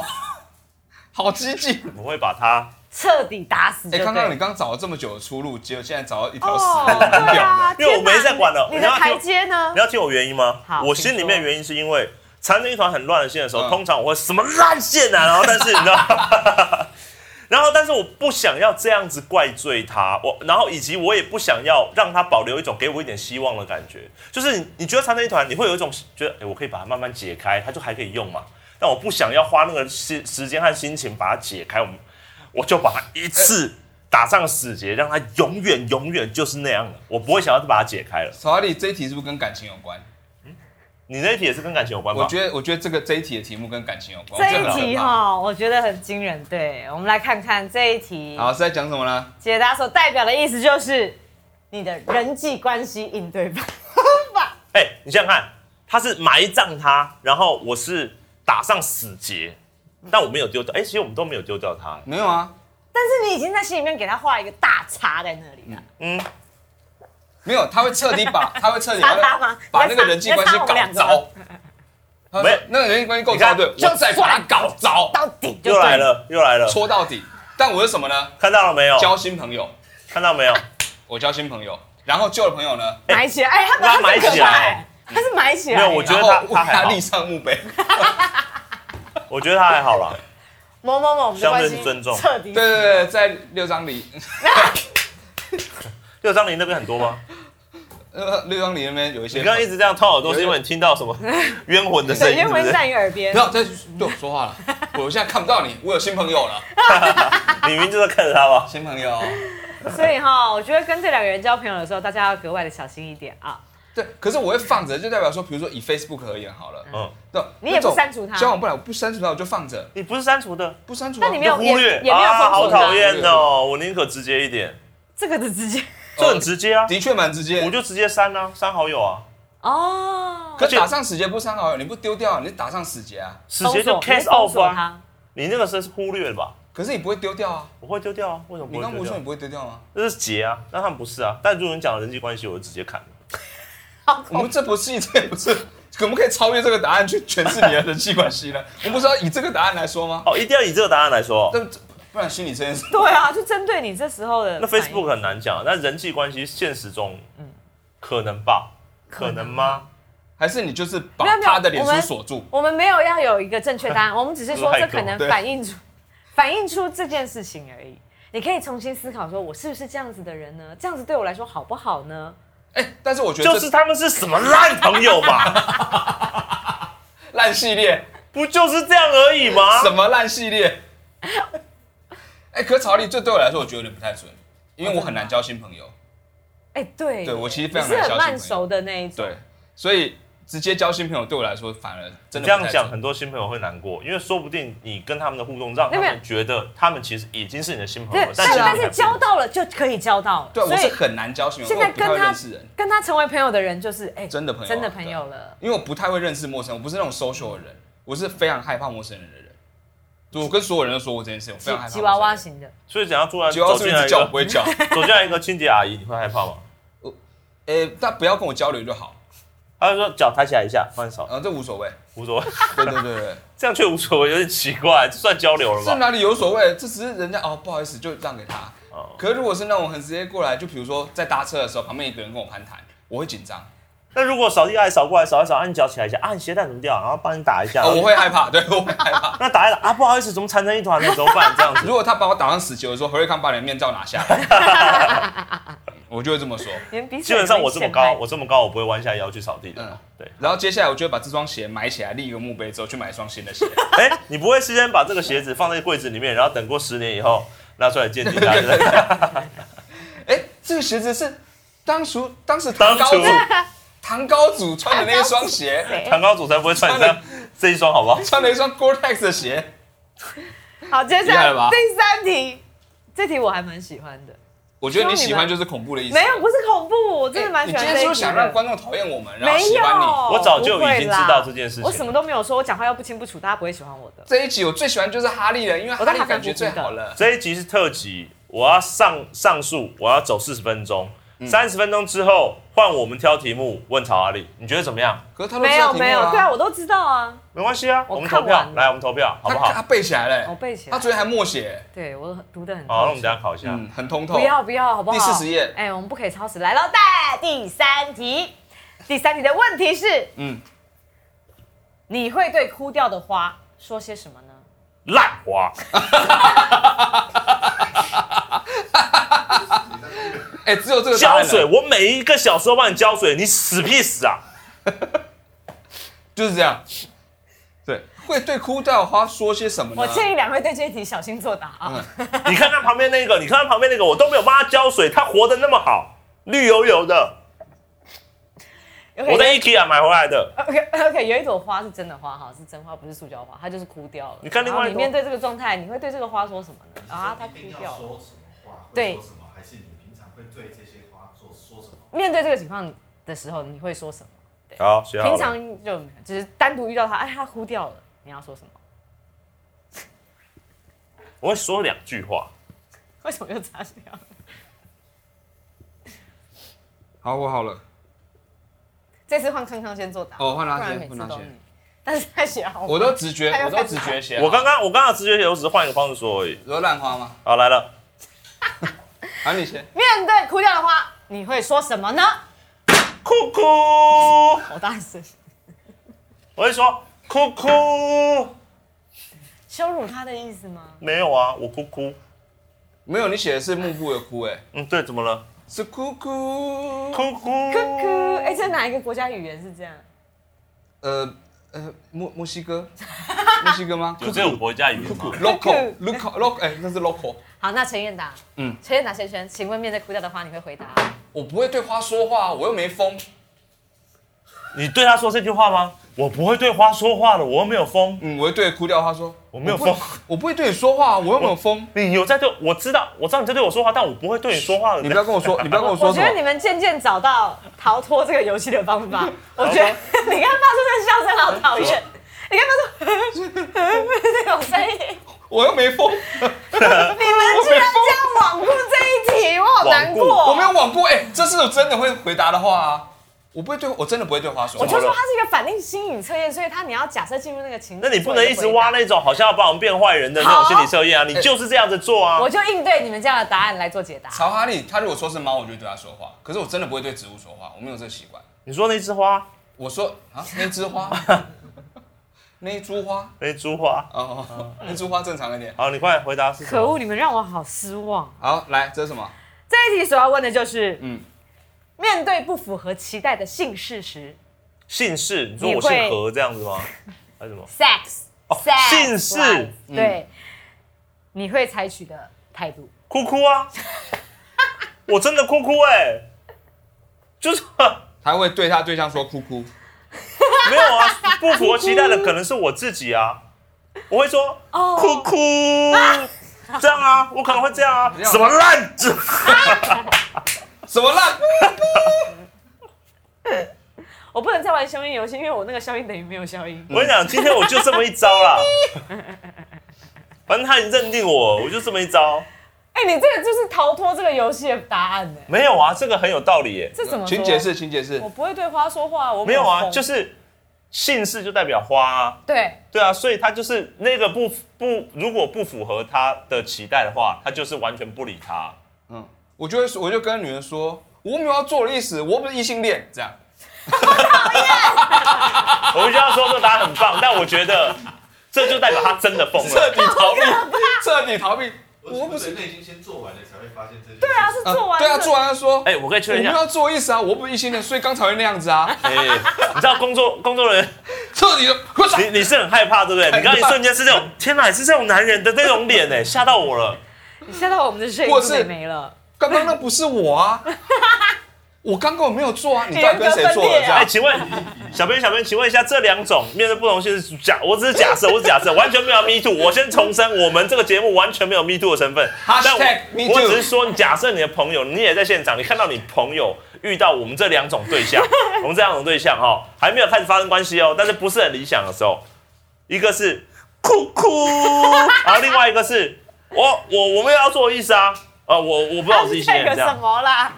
S1: 好激进！
S3: 我会把它
S2: 彻底打死就
S1: 哎，
S2: 对
S1: 刚刚你
S2: 了。
S1: 刚找了这么久的出路，结果现在找到一条死
S2: 哦，
S1: 路，很
S2: 对
S1: 屌
S2: 啊
S1: 的。，
S3: 因为
S2: 天
S3: 我
S2: 哪
S3: 没在管了
S2: 你
S3: 我
S2: 的
S3: 要
S2: 台阶呢
S3: 你？要听我原因吗？
S2: 好
S3: 我心里
S2: 请
S3: 面
S2: 说
S3: 原因是因为缠成一团很乱的线的时候，
S1: 嗯
S3: 通常我会什么烂线啊，然后但是你知道， <laughs> 然后但是我不想要这样子怪罪他，我然后以及我也不想要让他保留一种给我一点希望的感觉，就是你你觉得缠成一团，你会有一种觉得，哎，我可以把它慢慢解开，它就还可以用嘛，但我不想要花那个时时间和心情把它解开，我们我就把它一次。打上死结，让它永远永远就是那样的，我不会想要把它解开了。
S1: 曹阿丽这一题是不是跟感情有关？
S3: 你那一题也是跟感情有关吗？
S1: 我觉得，我觉得这个这一题的题目跟感情有关。
S2: 这
S1: 我觉得
S2: 一
S1: 很
S2: 题
S1: 可怕，
S2: 哈，我觉得很惊人。对，我们来看看这一题
S1: 好是在讲什么呢？
S2: 解答所代表的意思，就是你的人际关系应对方法。
S3: 哎、你想想看，他是埋葬他，然后我是打上死结，但我没有丢掉。哎、其实我们都没有丢掉他。
S1: 没有啊，
S2: 但是你已经在心里面给他画一个大叉在那里了，
S1: 没有，他会彻底把，他会彻底
S2: 插
S1: 把
S2: 他吗
S1: 把那
S2: <laughs>
S1: 个人际关系搞糟。他说
S3: 没有
S1: 那个人际关系够
S3: 你
S1: 糟，
S3: 看
S1: 对，
S2: 就
S1: 我再把它搞糟，
S2: 到底就
S3: 又
S2: 对
S3: 来。了，哦又来了，
S1: 戳到底。但我是什么呢？
S3: 看到了没有？
S1: 交新朋友，
S3: 看到没有？
S1: 我交新朋友，然后旧的朋友呢，
S2: 埋起来，哎，他
S3: 把它埋
S2: 很可
S3: 起
S2: 怕
S3: 来
S2: 哎他是埋起来。
S3: 没有我觉得
S1: 然后
S3: 他
S1: 为
S3: 他还好
S1: 立上墓
S3: <laughs>
S1: 碑。
S3: 我觉得他还好啦。
S2: 某某某，我们的关
S3: 相
S2: 系
S3: 对尊重
S2: 彻底
S1: 对对对，在六张里，
S3: 六张林那边很多
S1: <laughs>
S3: 吗？
S1: 呃，六张里那边有一些
S3: 你刚刚一直这样掏耳朵，是因为你听到什么冤魂的声
S2: 对，
S3: 音？
S2: 因
S3: 是不
S2: 为
S3: 是
S2: 在你耳边
S1: 不。要再对我说话了，我现在看不到你，我有新朋友了，
S3: 你明明就在看着他
S1: <laughs>
S3: 吧。
S1: 新朋友。
S2: 所以哈，我觉得跟这两个人交朋友的时候，大家要格外的小心一点啊。
S1: 对，可是我会放着，就代表说，比如说以 Facebook 而言好了，
S3: 嗯，
S1: 对，
S2: 你也
S1: 那
S2: 不
S1: 种
S2: 删除它
S1: 交往不了，我不删除它，我就放着，
S3: 你不是删除的，
S1: 不删除啊。
S2: 那你没有
S3: 忽略
S2: 哦也也没有
S3: 啊，
S2: 封
S3: 好
S2: 锁的啊
S3: 讨厌哦！我宁可直接一点，
S1: 哦
S2: 这个的直接
S3: 这很直接啊，
S1: 的确蛮直接
S3: 我。就直接删啊，删好友啊，
S2: 哦， <laughs>
S1: 可打上死结不删好友，你不丢掉，你打上死结啊。
S3: 直接就
S2: 封锁
S3: cast
S2: 你封
S3: off
S2: 锁
S3: 啊。
S2: 他。
S3: 你那个是忽略吧？
S1: 可是你不会丢掉啊？
S3: 我会丢掉啊？为什么不
S1: 你
S3: 会
S1: 刚不
S3: 丢
S1: 是
S3: 掉
S1: 说你？不会丢掉吗？
S3: 这是结啊，但他们不是啊。但如果你讲的人际关系，我就直接砍了。
S2: 好恐
S1: 我们这不是，这也不是，可不可以超越这个答案去诠释你的人际关系
S2: <laughs>
S1: 呢？我们不是要以这个答案来说吗？
S3: 哦，一定要以这个答案来说。
S1: 但这不然心理这件事，
S2: 对啊，就针对你这时候的
S3: 那
S2: 反应。
S3: Facebook 很难讲，那人际关系现实中，
S1: 嗯
S3: 可能吧？可能吗？
S1: 还是你就是把
S2: 没有没有
S1: 他的脸
S2: 我们
S1: 书锁住，
S2: 我们没有要有一个正确答
S1: <laughs>
S2: 案，我们只是说这可能
S1: 对
S2: 反映出 <laughs> 反映出这件事情而已。你可以重新思考，说我是不是这样子的人呢？这样子对我来说好不好呢？
S1: 哎、但是我觉得
S3: 就
S1: 这
S3: 是他们是什么烂朋友
S1: <laughs>
S3: 嘛？
S1: 烂系列，
S3: 不就是这样而已 <laughs> 吗
S1: 什？么烂系列？ <laughs> 哎、可是曹丽这对我来说，我觉得有点不太准，因为我很
S3: 哦
S1: 难交新朋友，
S2: 哎、对耶，
S1: 对我其实非常
S2: 你是
S1: 难
S2: 很
S1: 相信
S2: 慢
S1: 朋友
S2: 熟的那一种，
S1: 对，所以直接交新朋友对我来说反而真的
S3: 这样
S1: 不太
S3: 讲，
S1: 准，
S3: 很多新朋友会难过，因为说不定你跟他们的互动，让他
S2: 没有没有
S3: 们觉得他们其实已经是你的新朋
S2: 对
S3: 友
S1: 哦
S3: 了，，
S2: 但
S3: 其实
S2: 但
S3: 你还
S2: 是
S3: 不
S2: 交到了就可以交到了，
S1: 对我
S2: 所
S1: 是
S2: 以
S1: 很难交新朋
S2: 现
S1: 友，因为
S2: 在
S1: 我不太会
S2: 跟他
S1: 认识人，
S2: 跟他成为朋友的人就是哎，
S1: 真的朋友啊
S2: 真的朋友了。
S1: 因为我不太会认识陌生人，我不是那种 social 的人，我是非常害怕陌生人的人。对我跟所有人都说过这件事，我非常害怕。
S2: 吉娃娃，型的，
S3: 所以只要突然
S1: 吉娃娃
S3: 走
S1: 是不是
S3: 进
S1: 一
S3: 来
S1: 直
S3: 一
S1: 叫我不
S3: 个
S1: 会叫？ <laughs>
S3: 走进来一个清洁阿姨，你会害怕吗？
S1: 呃，他不要跟我交流就好，
S3: 他就说脚抬起来一下，放手，
S1: 啊，这无
S3: <laughs>
S1: 所谓。
S3: 无所谓，
S1: 对对对对，
S3: 这样却无所谓，有点奇怪，这算交流了
S1: 这
S3: 吧？
S1: 哪里有所谓？这只是人家哦，不好意思，就让给他。
S3: 哦
S1: 可是如果是那种很直接过来，就比如说在搭车的时候，旁边一个人跟我攀谈，我会紧
S3: <laughs>
S1: 张，
S3: 那如果扫地阿姨扫过来，扫一扫，按脚起来一下，啊，你鞋带怎么掉？然后帮你打一下，
S1: 哦我会害怕，对， <laughs> 我会害怕。
S3: 那打一打啊，不好意思，怎么缠成一团呢？怎么办？这样
S1: <laughs>
S3: 子
S1: 如果他把我打上死结，我说何瑞康把你的面罩拿下来，我就会这么说。
S2: 连彼此
S3: 基本上我这么
S2: 也
S3: 高，
S2: 会
S3: 我这么高，我不会弯下腰去扫地的。
S1: 嗯
S3: 对，
S1: 然后接下来我就会把这双鞋买起来，立一个墓碑之后去买一双新的
S3: <laughs>
S1: 鞋。
S3: <laughs> 哎、你不会事先把这个鞋子放在柜子里面，然后等过十年以后拿出来鉴定一下？对不 <laughs> 对
S1: 哎，这个鞋子是当初当时唐
S3: 当
S1: 高
S3: 初
S1: 祖唐高祖穿的那一双
S3: <laughs>
S1: 鞋，
S3: 唐高祖才不会穿你
S1: <laughs>
S3: 这样这一双，好不好？
S1: 穿了一双 Gore-Tex 的鞋。
S2: 陷害好，接下
S1: 厉害
S2: 来
S1: 了吧
S2: 第三题，这题我还蛮喜欢的，
S1: 我觉得你喜欢就是恐怖的意思。
S2: 没有不是恐怖，我
S1: 哎
S2: 真的蛮
S1: 你
S2: 喜
S1: 今
S2: 欢这一
S1: 天是
S2: 题的。
S1: 不是想让观众讨厌我们，然后
S2: 没
S1: 喜
S2: 有，
S1: 欢你？
S3: 我早就已经知道这件事情
S2: 我什么都没有说，我讲话又不清不楚，大家不会喜欢我的。
S1: 这一集我最喜欢就是哈利了，因为
S2: 我
S1: 哈
S2: 在
S1: 利
S2: 哈利
S1: 感觉
S2: 夫
S1: 最
S2: 夫的
S1: 好了。
S3: 这一集是特辑，我要上上诉，我要走四十分钟，
S1: 嗯
S3: 三十分钟之后换我们挑题目问曹阿丽，你觉得怎么样？
S1: 可是他都知
S2: 没
S1: 道
S2: 有
S1: 题目
S2: 没有，
S1: 啦
S2: 对啊，我都知道啊，
S3: 没关系啊，
S2: 我
S3: 我们投
S2: 看
S3: 票
S2: 完，了
S3: 来我们投票好不哦
S1: 他他
S3: 好？
S1: 背起来
S2: 我
S1: 了，
S2: 哦背起
S1: 他
S2: 来。
S1: 昨天还默写，
S2: 对我读的很
S3: 好，那我
S2: 透
S3: 们
S2: 彻。
S3: 等一下考一下。
S1: 嗯，很通透。
S2: 不要不要，好不好？
S1: 第40页
S2: 哎，我们不可以超时。来了，带第三题。第三题的问题是，
S1: 嗯
S2: 嗯，你会对枯掉的花说些什么呢？
S3: 烂花，
S1: 哎，只有这个答
S3: 浇
S1: 案
S3: 水，
S1: 了，
S3: 我每一个小时都帮你浇水，你死屁死
S2: <laughs>
S3: 啊！
S1: 就是这样。对，会对枯掉的花说些什么
S3: 嗯
S1: 呢？
S2: 我建议两位对这一题小心作答啊。
S3: 你看看旁边那个，你看看旁边那个，我都没有帮他浇水，他活得那么好，绿油油的。
S2: OK，
S3: 嗯我在 IKEA 买回来的，
S2: <laughs> OK OK，有一朵花是真的花哈，是真花，不是塑胶花，它就是枯掉了。
S3: 你看另外一
S2: 然后
S3: 朵
S2: 你面对这个状态，你会对这个花说什么呢？啊，它
S5: 一
S2: 枯
S5: 定要
S2: 掉了。
S5: 说什么话，会
S2: 对
S5: 说什么，还是你平常会对这些花做说什么？
S2: 面对这个情况的时候，你会说什么？
S3: 好，学好
S2: 平
S3: 了。
S2: 常就只是单独遇到它，哎，它枯掉了，你要说什么？ <laughs>
S3: 我会说两句话，
S2: 为什么又擦掉了？
S1: 好，我好了。
S2: 这次换康康先作答，
S1: 哦换他
S2: 不然
S1: 先
S2: 每次
S1: 换他
S2: 都
S1: 先
S2: 你。但是他写好，
S1: 我都直觉
S2: 他，要
S1: 我都直觉
S2: 啊
S1: 写好。
S3: 我刚刚我刚刚的直觉写，我只是换一个方式说而已。
S1: 有烂花吗？
S3: 好，来了，
S1: 啊，你先。
S2: 面对枯掉的花，你会说什么呢？
S3: 哭哭，
S2: 好大声，
S3: 我会说哭哭，
S2: 羞辱他的意思吗？
S3: 没有啊，我哭哭。
S1: 没有，你写的是幕布的哭，哎，
S3: 嗯，对，怎么了？
S1: 是哭哭。
S3: 哭哭，
S2: 哭哭，哎，这哪一个国家语言是这样？
S1: 呃呃，墨墨西哥，墨西哥吗？
S3: 有这种国家语言吗？
S2: <laughs>
S1: local local local，哎，那是 local。
S2: 好，那陈彦达，
S1: 嗯
S2: 嗯，陈彦达先生，请问面对枯掉的花，你会回答？
S1: 我不会对花说话，我又没风。
S3: 你对他说这句话吗？我不会对花说话的，我又没有疯，
S1: 嗯，我会对枯掉花说，
S3: 我没有
S1: 不会
S3: 疯。
S1: 我不会对你说话，我又没有风。
S3: 你有在对我知道，我知道你在对我说话，但我不会对你说话的。
S1: 你不要跟我
S2: <laughs>
S1: 说，你不要跟我
S2: 我
S1: 说什
S2: 觉得你
S1: 么。
S2: 们渐渐找到逃脱这个游戏的方
S1: <laughs>
S2: 法。我觉得 <laughs> 你刚发出的笑声好讨厌，你刚发出这种声音，
S1: 我又没
S2: <laughs>
S1: 风，
S2: 你们居然这样罔顾这一题，我好难过。
S1: 我没有网过。哎，这是我真的会回答的话啊。我不会对，我真的不会对花说
S2: 我
S1: 话
S2: 就。说它是一个反应心理测验，所以它你要假设进入那个情景，
S3: 那你不能一直挖那种好像要把我们变坏人的那种心理测验啊！你
S1: 哎
S3: 就是这样子做啊
S2: 我！就应对你们这样的答案来做解答。
S1: 曹哈利，他如果说是猫，我就对他说话。可是我真的不会对植物说话，我没有这个习惯。
S3: 你说那枝花，
S1: 我说啊，那枝花， <laughs> 那一株花，
S3: 那株花，
S2: 嗯
S1: 哦，那株花正常一点。
S3: 好，你快回答是什
S2: 可
S3: 么？
S2: 恶，你们让我好失望。
S1: 好，来，这是什么？
S2: 这一题所要问的就是，
S1: 嗯
S2: 嗯，面对不符合期待的性事时
S3: 姓氏，你说我
S2: 你会
S3: 姓何这样子吗？还是什么？ <laughs> 哦
S2: ，sex，sex
S3: 姓氏
S2: life，对，
S3: 嗯
S2: 你会采取的态度。
S3: 哭哭啊！ <laughs> 我欸真的哭哭哎、就是 <laughs>
S1: 他会对他对象说“哭哭
S3: 没有啊，不符合期待的可能是我自己啊，我会说
S2: 哦
S3: 哭哭，这样啊，我可能会这样啊，
S1: 要
S3: 什么烂子，
S1: 什么烂？
S2: 我不能再玩消音游戏，因为我那个消音等于没有消音。
S3: 我跟你讲，今天我就这么一招啦，反正他已经认定我，我就这么一招，
S2: 哎、你这个就是逃脱这个游戏的答案呢、
S3: 没有啊，这个很有道理耶，
S2: 这怎么？
S1: 请解。释，请解释
S2: 我。不会对花说话，我
S3: 没有啊，就是是姓氏就代表花啊。
S2: 对
S3: 对啊，所以他就是那个不不，如果不符合他的期待的话，他就是完全不理他。
S1: 嗯，我就会说，我就跟女人说，我没有要做的意思，我不是异性恋，这样。
S3: 我必须要说，这答案很棒，但我觉得这就代表他真的疯
S1: 彻
S3: 了。
S1: 底逃避，彻底逃避。我
S5: 我
S1: 不
S5: 不
S1: 是
S5: 是内心先做完了才会发现这些。
S2: 对啊，是
S1: 啊
S2: 做完、
S1: 对啊，做。完了说，
S3: 哎、我可以确
S1: 我
S3: 认一
S1: 们
S3: 下，
S1: 要做意思啊，我不是异性恋，所以刚才会那样子啊，
S3: 哎、你知道工作工作人员，
S1: 彻底的，我操
S3: 你你是很害怕对不对？你刚刚一瞬间是这种，天哪，是这种男人的那种脸哎、吓到我了。
S2: 你吓到我们的声音
S1: 或
S2: 就是没没了。
S1: 刚刚那不是我
S2: <laughs>
S1: 啊，我刚刚我没有做啊，你到底跟谁做
S2: 人格
S1: 了
S2: 分裂
S1: 这
S3: 哎、
S1: 样？
S3: 请问小编小编，请问一下，这两种面对不同性是假，我只是假设，我只是假设，完全没有 me too。我先重申，我们这个节目完全没有 me too 的成分。
S1: Hashtag
S3: 但
S1: me too
S3: 我我只是说，你假设你的朋友，你也在现场，你看到你朋友遇到我们这两种对象，我们这两种对象哈、哦，还没有开始发生关系哦，但是不是很理想的时候，一个是哭哭，然后另外一个是我我我没有要做的意思啊，呃，我我不知道我自己心里
S2: 这个
S3: 这
S2: 什
S3: 样。
S2: 么啦？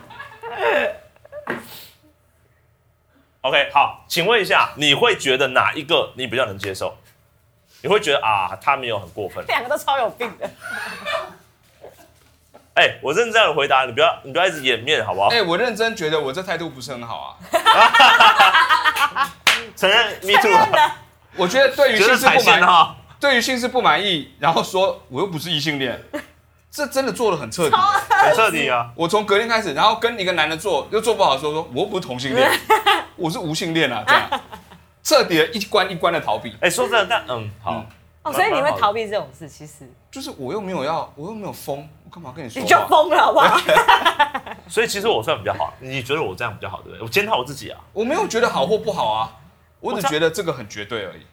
S3: OK，好，请问一下，你会觉得哪一个你比较能接受？你会觉得啊，他没有很过分。
S2: 两个都超有病
S3: <laughs>
S2: 的。
S3: 哎、我认真的回答，你不要，你不要一直掩面，好不好？
S1: 哎，我认真觉得我这态度不是很好啊，
S3: 承认 me too，
S2: 啊
S1: 我觉得对于
S3: 觉
S1: 性
S3: 得
S1: 事
S3: 踩
S1: 不
S3: 线
S1: 满，
S3: 哈。
S1: 对于性事不满意，然后说我又不是异性恋，这真的做的很彻底。
S3: 很彻底啊！
S1: 我从隔天开始，然后跟一个男的做，又做不好的时候，说我又不是同性
S2: <laughs>
S1: 恋，我是无性恋啊，这样彻底的一关一关的逃避。
S3: 哎、说真的，但嗯，好
S1: 嗯，
S2: 哦，
S3: 蛮
S2: 所以你会逃避这种事，其
S3: <laughs>
S2: 实
S1: 就是我又没有要，我又没有疯，我干嘛跟你说
S3: 啊
S2: 你
S1: 话？
S2: 就疯了，好不好？
S3: <laughs> 所以其实我算比较好。你觉得我这样比较好，对不对？我检讨我自己啊。
S1: 我没有觉得好或不好啊，我
S3: 我
S1: 只
S3: 知道
S1: 觉得这个很绝对而已，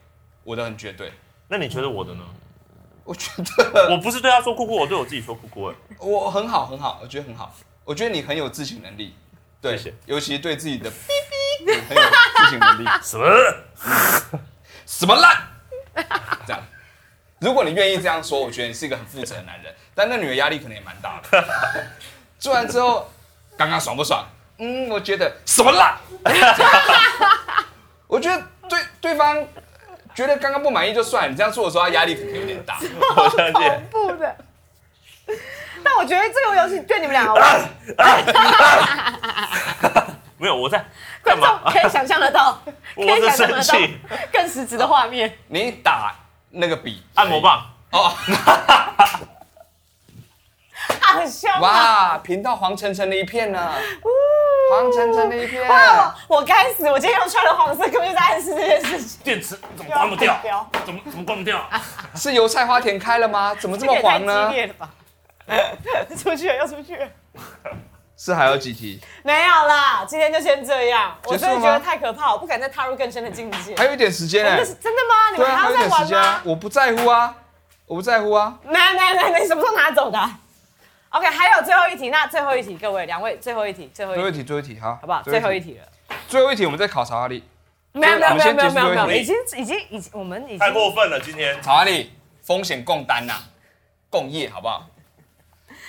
S1: 我的很绝对。
S3: 那你觉得我的呢？
S1: 我觉得
S3: 我不是对他说酷酷，我对我自己说酷酷、哎，
S1: 我很好，很好，我觉得很好。我觉得你很有自省能力，对，
S3: 谢谢
S1: 尤其对自己的 <laughs> 哔哔，你很有自省能力。
S3: 什么？
S1: 什么烂？ <laughs> 这样，如果你愿意这样说，我觉得你是一个很负责的男人。但那女的压力可能也蛮大的。做完之后，刚刚爽不爽？嗯，我觉得什么烂？ <laughs> 我觉得对对方觉得刚刚不满意就算了，你这样做的时候，他压力可能有点大。
S3: 我相信。
S2: 不的。但我觉得这个游戏对你们两个玩，
S3: 没有，我在干
S2: 观众
S3: 嘛？
S2: 可以想象得到，可
S3: <laughs> 我
S2: 以
S3: 在
S2: 想象
S3: 生
S2: 得到
S3: 气。
S2: 更实质的画面。
S1: 你打那个笔
S3: 按摩棒。
S1: 哦，
S2: 啊，很香啊！
S1: 哇，频道黄澄澄的一片呢、黄澄澄的一片。
S2: 哇，我我该死！我今天又穿了黄色，根本就在暗示这件事情。
S3: 电池怎么关不掉
S2: 不要？
S3: 怎么怎么关不掉？
S1: 是油菜花田开了吗？怎么这
S2: <laughs> 这
S1: 么
S2: 个也太 <laughs>
S1: 黄呢
S2: 激？烈了吧！出去了，要出去了。
S1: 是还有几题？
S2: 没有啦，今天就先这样。我
S1: 结束
S2: 真的
S1: 了
S2: 觉得
S1: 吗
S2: 太可怕，我不敢再踏入更深的境界。
S1: 还有一点时间哎、
S2: 真的是真的吗？你
S1: 对
S2: 们
S1: 啊，
S2: 还
S1: 还
S2: 要
S1: 有
S2: 再
S1: 点时
S2: 玩
S1: 间啊
S2: 吗，？
S1: 我不在乎啊，我不在乎啊。
S2: 来来来来，你什么时候拿走的啊？OK，还有最后一题，那最后一题，各位两位，最后一题，最后一
S1: 最后一
S2: 题，
S1: 题，最后一题，好，好
S2: 好不好？最后一，题了。
S1: 最后一题，我们在考查哈利，
S2: 没有没有没有没有没有没
S1: 好
S2: 有，
S1: 先
S2: 已
S3: 结束
S2: 经已经已经，我们已经
S3: 太过分了，今天。
S1: 查哈利风险共担呐、共业，好不好？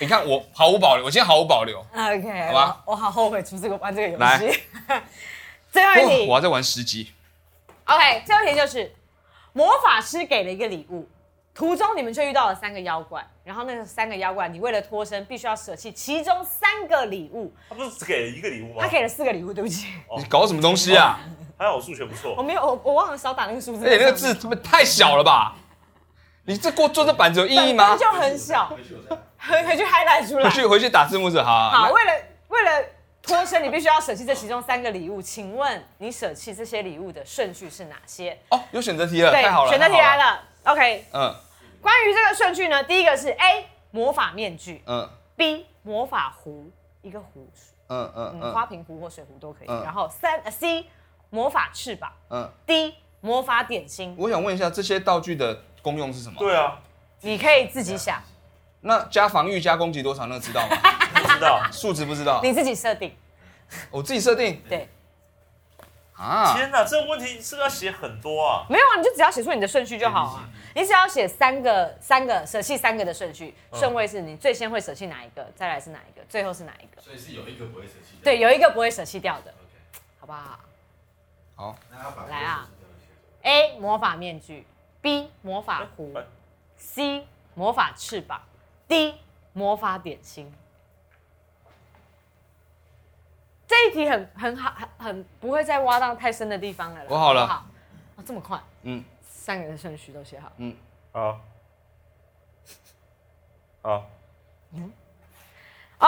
S1: 你看我毫无保留，我今天毫无保留。
S2: OK，
S1: 好吧
S2: 我我好后悔出这个玩这个游
S1: 来
S2: 戏。 <laughs> 最后一
S1: 哇
S2: 题
S1: 我还在玩十级，
S2: ，OK，最后一题就是魔法师给了一个礼物，途中你们却遇到了三个妖怪，然后那三个妖怪，你为了脱身必须要舍弃其中三个礼物，
S3: 他不是只给了一个礼物吗
S2: 他？给了四个礼物，对不起，
S1: 你搞什么东西啊？
S2: 哦
S3: 还好我数学不
S2: 我
S3: 错，
S2: 没有我我忘了少打那个数字
S1: 而
S2: 在
S1: 哎
S2: 上面。
S1: 且那个字他妈太小了吧？你这过做这板子有意义
S2: 本
S1: 吗
S2: 身？就很小，
S5: 回去我再。
S2: 回回去 highlight 出
S1: 回。
S2: 来
S1: 去回去打字幕者哈。
S2: 好，
S1: 那
S2: 为了为了脱身，你必须要舍弃这其中三个礼物。请问你舍弃这些礼物的顺序是哪些？
S1: 哦，有选择题了，
S2: 对
S1: 太好，了，
S2: 选择题
S1: 太好
S2: 来。了。OK，
S1: 嗯
S2: 关于这个顺序呢，第一个是 A 魔法面具
S1: 嗯
S2: ，B 魔法壶，一个壶，
S1: 嗯嗯
S2: 嗯，
S1: 嗯
S2: 花瓶壶或水壶都可以。
S1: 嗯
S2: 然后三呃 C 魔法翅膀
S1: 嗯，
S2: ，D 魔法点心，
S1: 我想问一下，这些道具的功用是什么？
S3: 对啊，
S2: 你可以自己想，
S1: 嗯那加防御加攻击多少？那个知道吗？
S2: <laughs>
S3: 不知道。
S1: 数值不知道，
S2: 你自己设定。
S1: 我自己设定
S2: 对，
S1: 啊。
S3: 天哪，这个问题是不是要写很多啊？
S2: 没有啊，你就只要写出你的顺序就好啊。你只要写三个、三个舍弃三个的顺序，顺位是你最先会舍弃哪一个，再来是哪一个，最后是哪一个。
S5: 所以是有一个不会舍弃的。
S2: 对，有一个不会舍弃掉的，
S5: OK，
S2: 好不好
S1: 好，
S5: 那要把
S2: 来啊
S5: 这个舍弃掉
S2: ？A 魔法面具，B 魔法壶
S3: 哎
S2: ，C 魔法翅膀，D 魔法点心。这一题很很好，很很不会再挖到太深的地方了啦。
S1: 我好了
S2: 不好哦这么快，
S1: 嗯，
S2: 三个的顺序都写好。
S3: 好，好，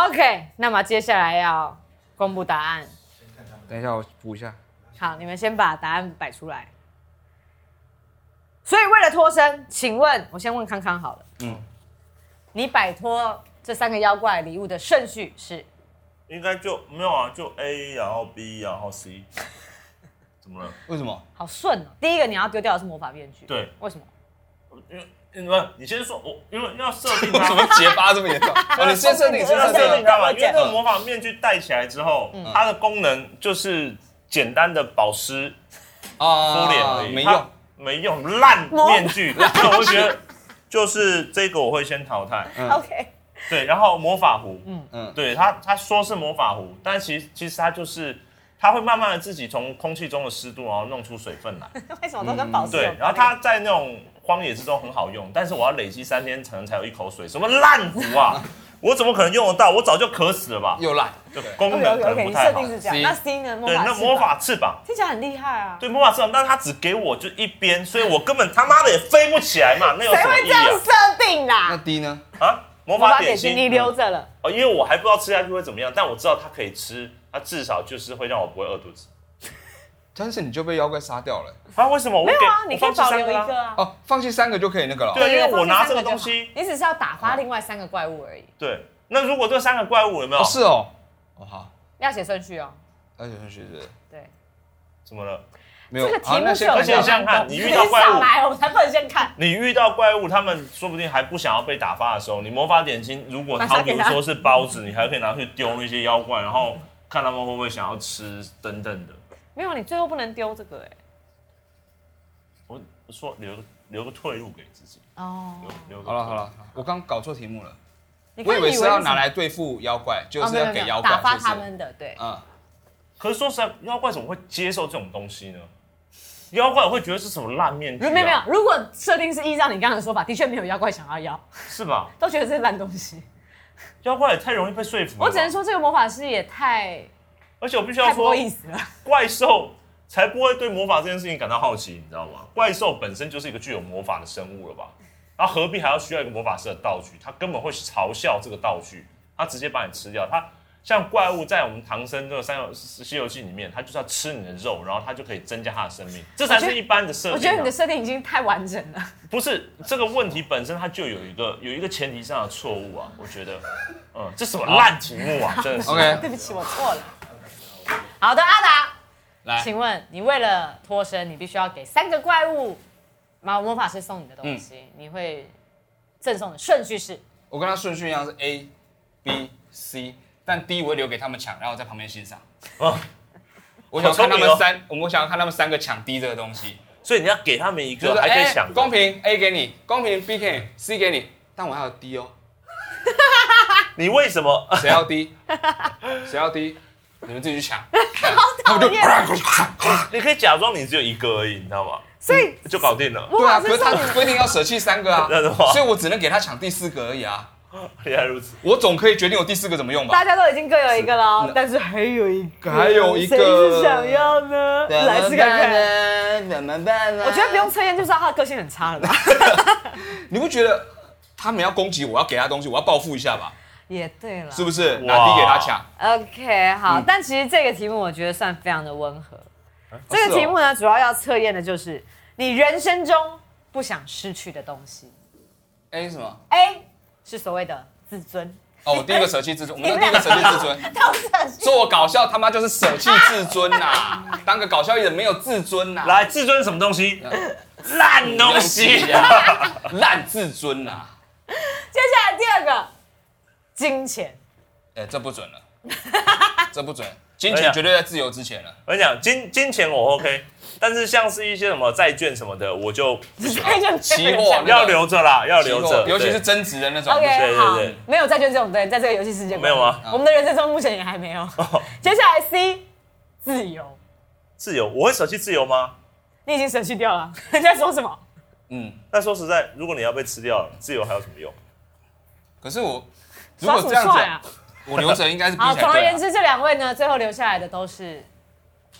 S2: OK，那么接下来要公布答案。
S5: 先看他们
S1: 等一下我补一下。
S2: 好，你们先把答案摆出来。所以为了脱身，请问我先问康康好了。嗯
S1: 嗯，
S2: 你摆脱这三个妖怪礼物的顺序是
S3: 应该就没有啊，就 A，然后 B，然后 C，怎么了？
S1: 为什么？
S2: 好顺哦。第一个你要丢掉的是魔法面具，
S3: 对，
S2: 为什么？
S3: 因为因为你先说，我因为要设定
S1: 为什 <laughs> 么
S3: 它。
S1: 结巴这么严重？哦，你先设定，你先嗯
S3: 要
S1: 设
S3: 设定
S1: <laughs> 定。啊
S3: 干嘛？因为那个魔法面具戴起来之后，它的功能就是简单的保湿、敷
S1: 啊
S3: 脸而已，
S1: 没
S3: 它
S1: 用。
S3: 没用，烂面具。那我就觉得就是这个我会先淘
S1: <laughs>
S3: 汰。
S1: 嗯
S2: OK，
S3: 对，然后魔法壶，
S1: 嗯，
S3: 对他，他说是魔法壶，但其实其实它就是，它会慢慢的自己从空气中的湿度，然后弄出水
S2: <laughs>
S3: 分来。
S2: 为什么都跟宝石有
S3: 对
S2: 关，
S3: 然后它在那种荒野之中很好用，但是我要累积三天才能才有一口水，什么烂壶啊！我怎么可能用得到？我早就渴死了吧？
S1: 又烂。
S3: 就功
S2: OK
S3: 能
S2: OK
S3: 可
S2: OK，
S3: 能不
S2: 你
S3: 太
S2: 设
S3: 好
S2: 定。是这样。
S1: C
S2: 那 C 呢？魔
S3: 对，
S2: 法
S3: 那
S2: 翅
S3: 魔
S2: 膀
S3: 法翅膀，
S2: 听起来很厉害啊。
S3: 对魔法翅膀，但是它只给我就一边，所以我根本他妈的也飞不起来嘛，那有什
S2: 谁
S3: 么
S2: 会
S3: 意
S2: 这样
S3: 义
S2: 设定
S1: 那
S2: 啦？
S1: D 呢？
S3: 啊？啊，魔
S2: 魔
S3: 法
S2: 法
S3: 点
S2: 点
S3: 心
S2: 心你留着了，
S3: 哦，因为我还不知道吃下去会怎么样，但我知道它可以吃，它至少就是会让我不会饿肚子。
S1: 但是你就被妖怪杀掉了。
S3: 啊，为什么？我
S2: 没
S3: 给
S2: 有啊？
S3: 我
S2: 你可
S3: 放
S2: 以
S3: 弃
S2: 保
S3: 三
S2: 留一
S3: 啦
S2: 个啊。
S1: 哦，放弃三个就可以那个了。
S3: 对，因为我拿这
S2: 放弃
S3: 个
S2: 三
S3: 东
S2: 就好
S3: 西，
S2: 你只是要打发另外三个怪物而已，
S3: 对。那如果这三个怪物有没有？
S1: 哦，是哦。哦好，
S2: 要写顺序哦。
S1: 那就顺序是
S2: 对，
S3: 怎么了？
S1: 没有。
S2: 这个
S1: 好
S2: 题
S1: 那
S2: 目是
S1: 先
S2: 有
S3: 而且
S2: 难
S3: 想想看
S2: 度
S3: 你遇到怪物
S2: 少来，我才不能先看。
S3: 你遇到怪物，他们说不定还不想要被打发的时候，你魔法点心，如果
S2: 马上
S3: 它比
S2: 给
S3: 如
S2: 他
S3: 说是包子，你还可以拿去丢那些妖怪，然后看他们会不会想要吃等等的。
S2: 没有，你最后不能丢这个哎。
S3: 我我说留个留个退路给自己，
S2: 哦，
S3: 留留个
S1: 好了好了，我刚搞错题目了，
S2: 你
S1: 我
S2: 可
S1: 以
S2: 以
S1: 为
S2: 以
S1: 是要
S2: 什
S1: 拿
S2: 么
S1: 来对付妖怪，就
S2: 哦
S1: 是
S2: 没有
S1: 要
S2: 没有
S1: 给妖怪
S2: 打发
S1: 是不是
S2: 他们的，对，
S1: 嗯，
S3: 可是说实在，妖怪怎么会接受这种东西呢？妖怪会觉得是什么烂面具、
S2: 如
S3: 啊？
S2: 没有没有，，如果设定是依照你刚刚的说法，的确没有妖怪想要妖，
S3: 是吧？
S2: 都觉得这是烂东西。
S3: 妖怪也太容易被说服了吧。
S2: 我只能说这个魔法师也太
S3: 而且我必须要
S2: 太不
S3: 说
S2: 够，意思了。
S3: 怪兽才不会对魔法这件事情感到好奇，你知道吗？怪兽本身就是一个具有魔法的生物了吧？然后何必还要需要一个魔法师的道具？他根本会嘲笑这个道具，他直接把你吃掉。他像怪物在我们唐僧这个三游西游记里面，他就是要吃你的肉，然后他就可以增加他的生命，这才
S2: 我觉得
S3: 是一般的设定、啊。
S2: 我觉得你的设定已经太完整了。
S3: 不是这个问题本身，它就有一个有一个前提上的错误啊，我觉得，嗯，这什么烂题目啊，真的是。
S1: OK
S2: <laughs> 对不起，我错了。好的，阿达，
S1: 来
S2: 请问你为了脱身，你必须要给三个怪物魔魔法师送你的东西，你会赠送的顺序是
S1: 我跟他顺序一样是 A、B、C，但 D 我会留给他们抢，然后我在旁边欣赏。
S3: 哦
S1: 我想看他
S3: 好聪明哦
S1: 们三，我们想要看他们三个抢 D 这个东西，
S3: 所以你要给他们一
S1: 就是
S3: 个还可以
S1: 哎
S3: 想的
S1: 公平 A 给你，公平 B 给你，C 给你，但我还有 D 哦，
S3: 你为什么？ <laughs>
S1: 谁要 D？谁要 D？你们自己去抢。啊
S2: 讨厌，
S3: 你可以假装你只有一个而已，你知道吗？
S2: 所以
S3: 就搞定了，
S2: 魔
S1: 对啊，
S2: 法
S1: 可
S2: 师
S1: 是
S2: 送
S1: 他
S2: 你
S1: 不一定要舍弃三个啊
S3: 那的话，
S1: 所以我只能给他抢第四个而已啊。
S3: 原来如此。
S1: 我总可以决定我第四个怎么用吧
S2: 大？家都已经各有一个了
S1: 是，
S2: 啊但是还有一个，
S1: 还有一个
S2: 谁是想要呢？来试看看。
S1: 看，怎么办呢？
S2: 我觉得不用测验就知道他的个性很差了吧？ <laughs>
S1: 你不觉得他们要攻击我，要给他东西，我要报复一下吧？
S2: 也对了，
S1: 是不是？拿
S3: 哇
S1: 地给他抢，
S2: OK，好，但其实这个题目我觉得算非常的温和。这
S1: 是
S2: 个
S1: 嗯哦
S2: 题目呢，主要要测验的就是你人生中不想失去的东西。
S1: 哎，什么？
S2: A 是所谓的自尊， <laughs>
S1: 哦，我第一个舍弃自尊，我们都第一个舍弃自尊，
S2: 到这是
S1: 做搞笑他妈就是舍弃自尊呐、当个搞笑艺人没有自尊呐、
S3: 来，自尊什么东西？烂东西！
S1: 呀，啊 <laughs> 烂自尊呐、
S2: 接下来第二个，
S1: <laughs>
S2: 金钱，
S1: 哎、这不准了，这不准，金钱绝对在自由之前了。
S3: 我跟你讲，金金钱我 OK，但是像是一些什么债券什么的，我就
S1: <laughs>
S2: 债券
S1: 期货
S3: 要留着啦，哎要留着。
S1: 尤其是
S3: 对
S1: 增值的那种。
S2: OK，
S3: 对
S2: 好
S3: 对，
S2: 没有债券这种对，在这个游戏世界观
S3: 没有
S1: 啊
S3: 吗？
S2: 我们的人生中目前也还没有。
S1: 哦
S2: <laughs> 接下来 C，自由，
S3: 自由，我会舍弃自由吗？
S2: 你已经舍弃掉了。 <laughs> 人家说什么？
S1: 嗯，
S3: 但说实在，如果你要被吃掉了，自由还有什么用？
S1: 可是我如
S2: 耍
S1: 果
S2: 什
S1: 这
S2: 么
S1: 样
S2: 帅啊
S1: 子，？我留着应该是比
S2: 好，
S1: 起
S2: 总而
S1: 来
S2: 言
S1: 对。啊
S2: 之，这两位呢，最后留下来的都是，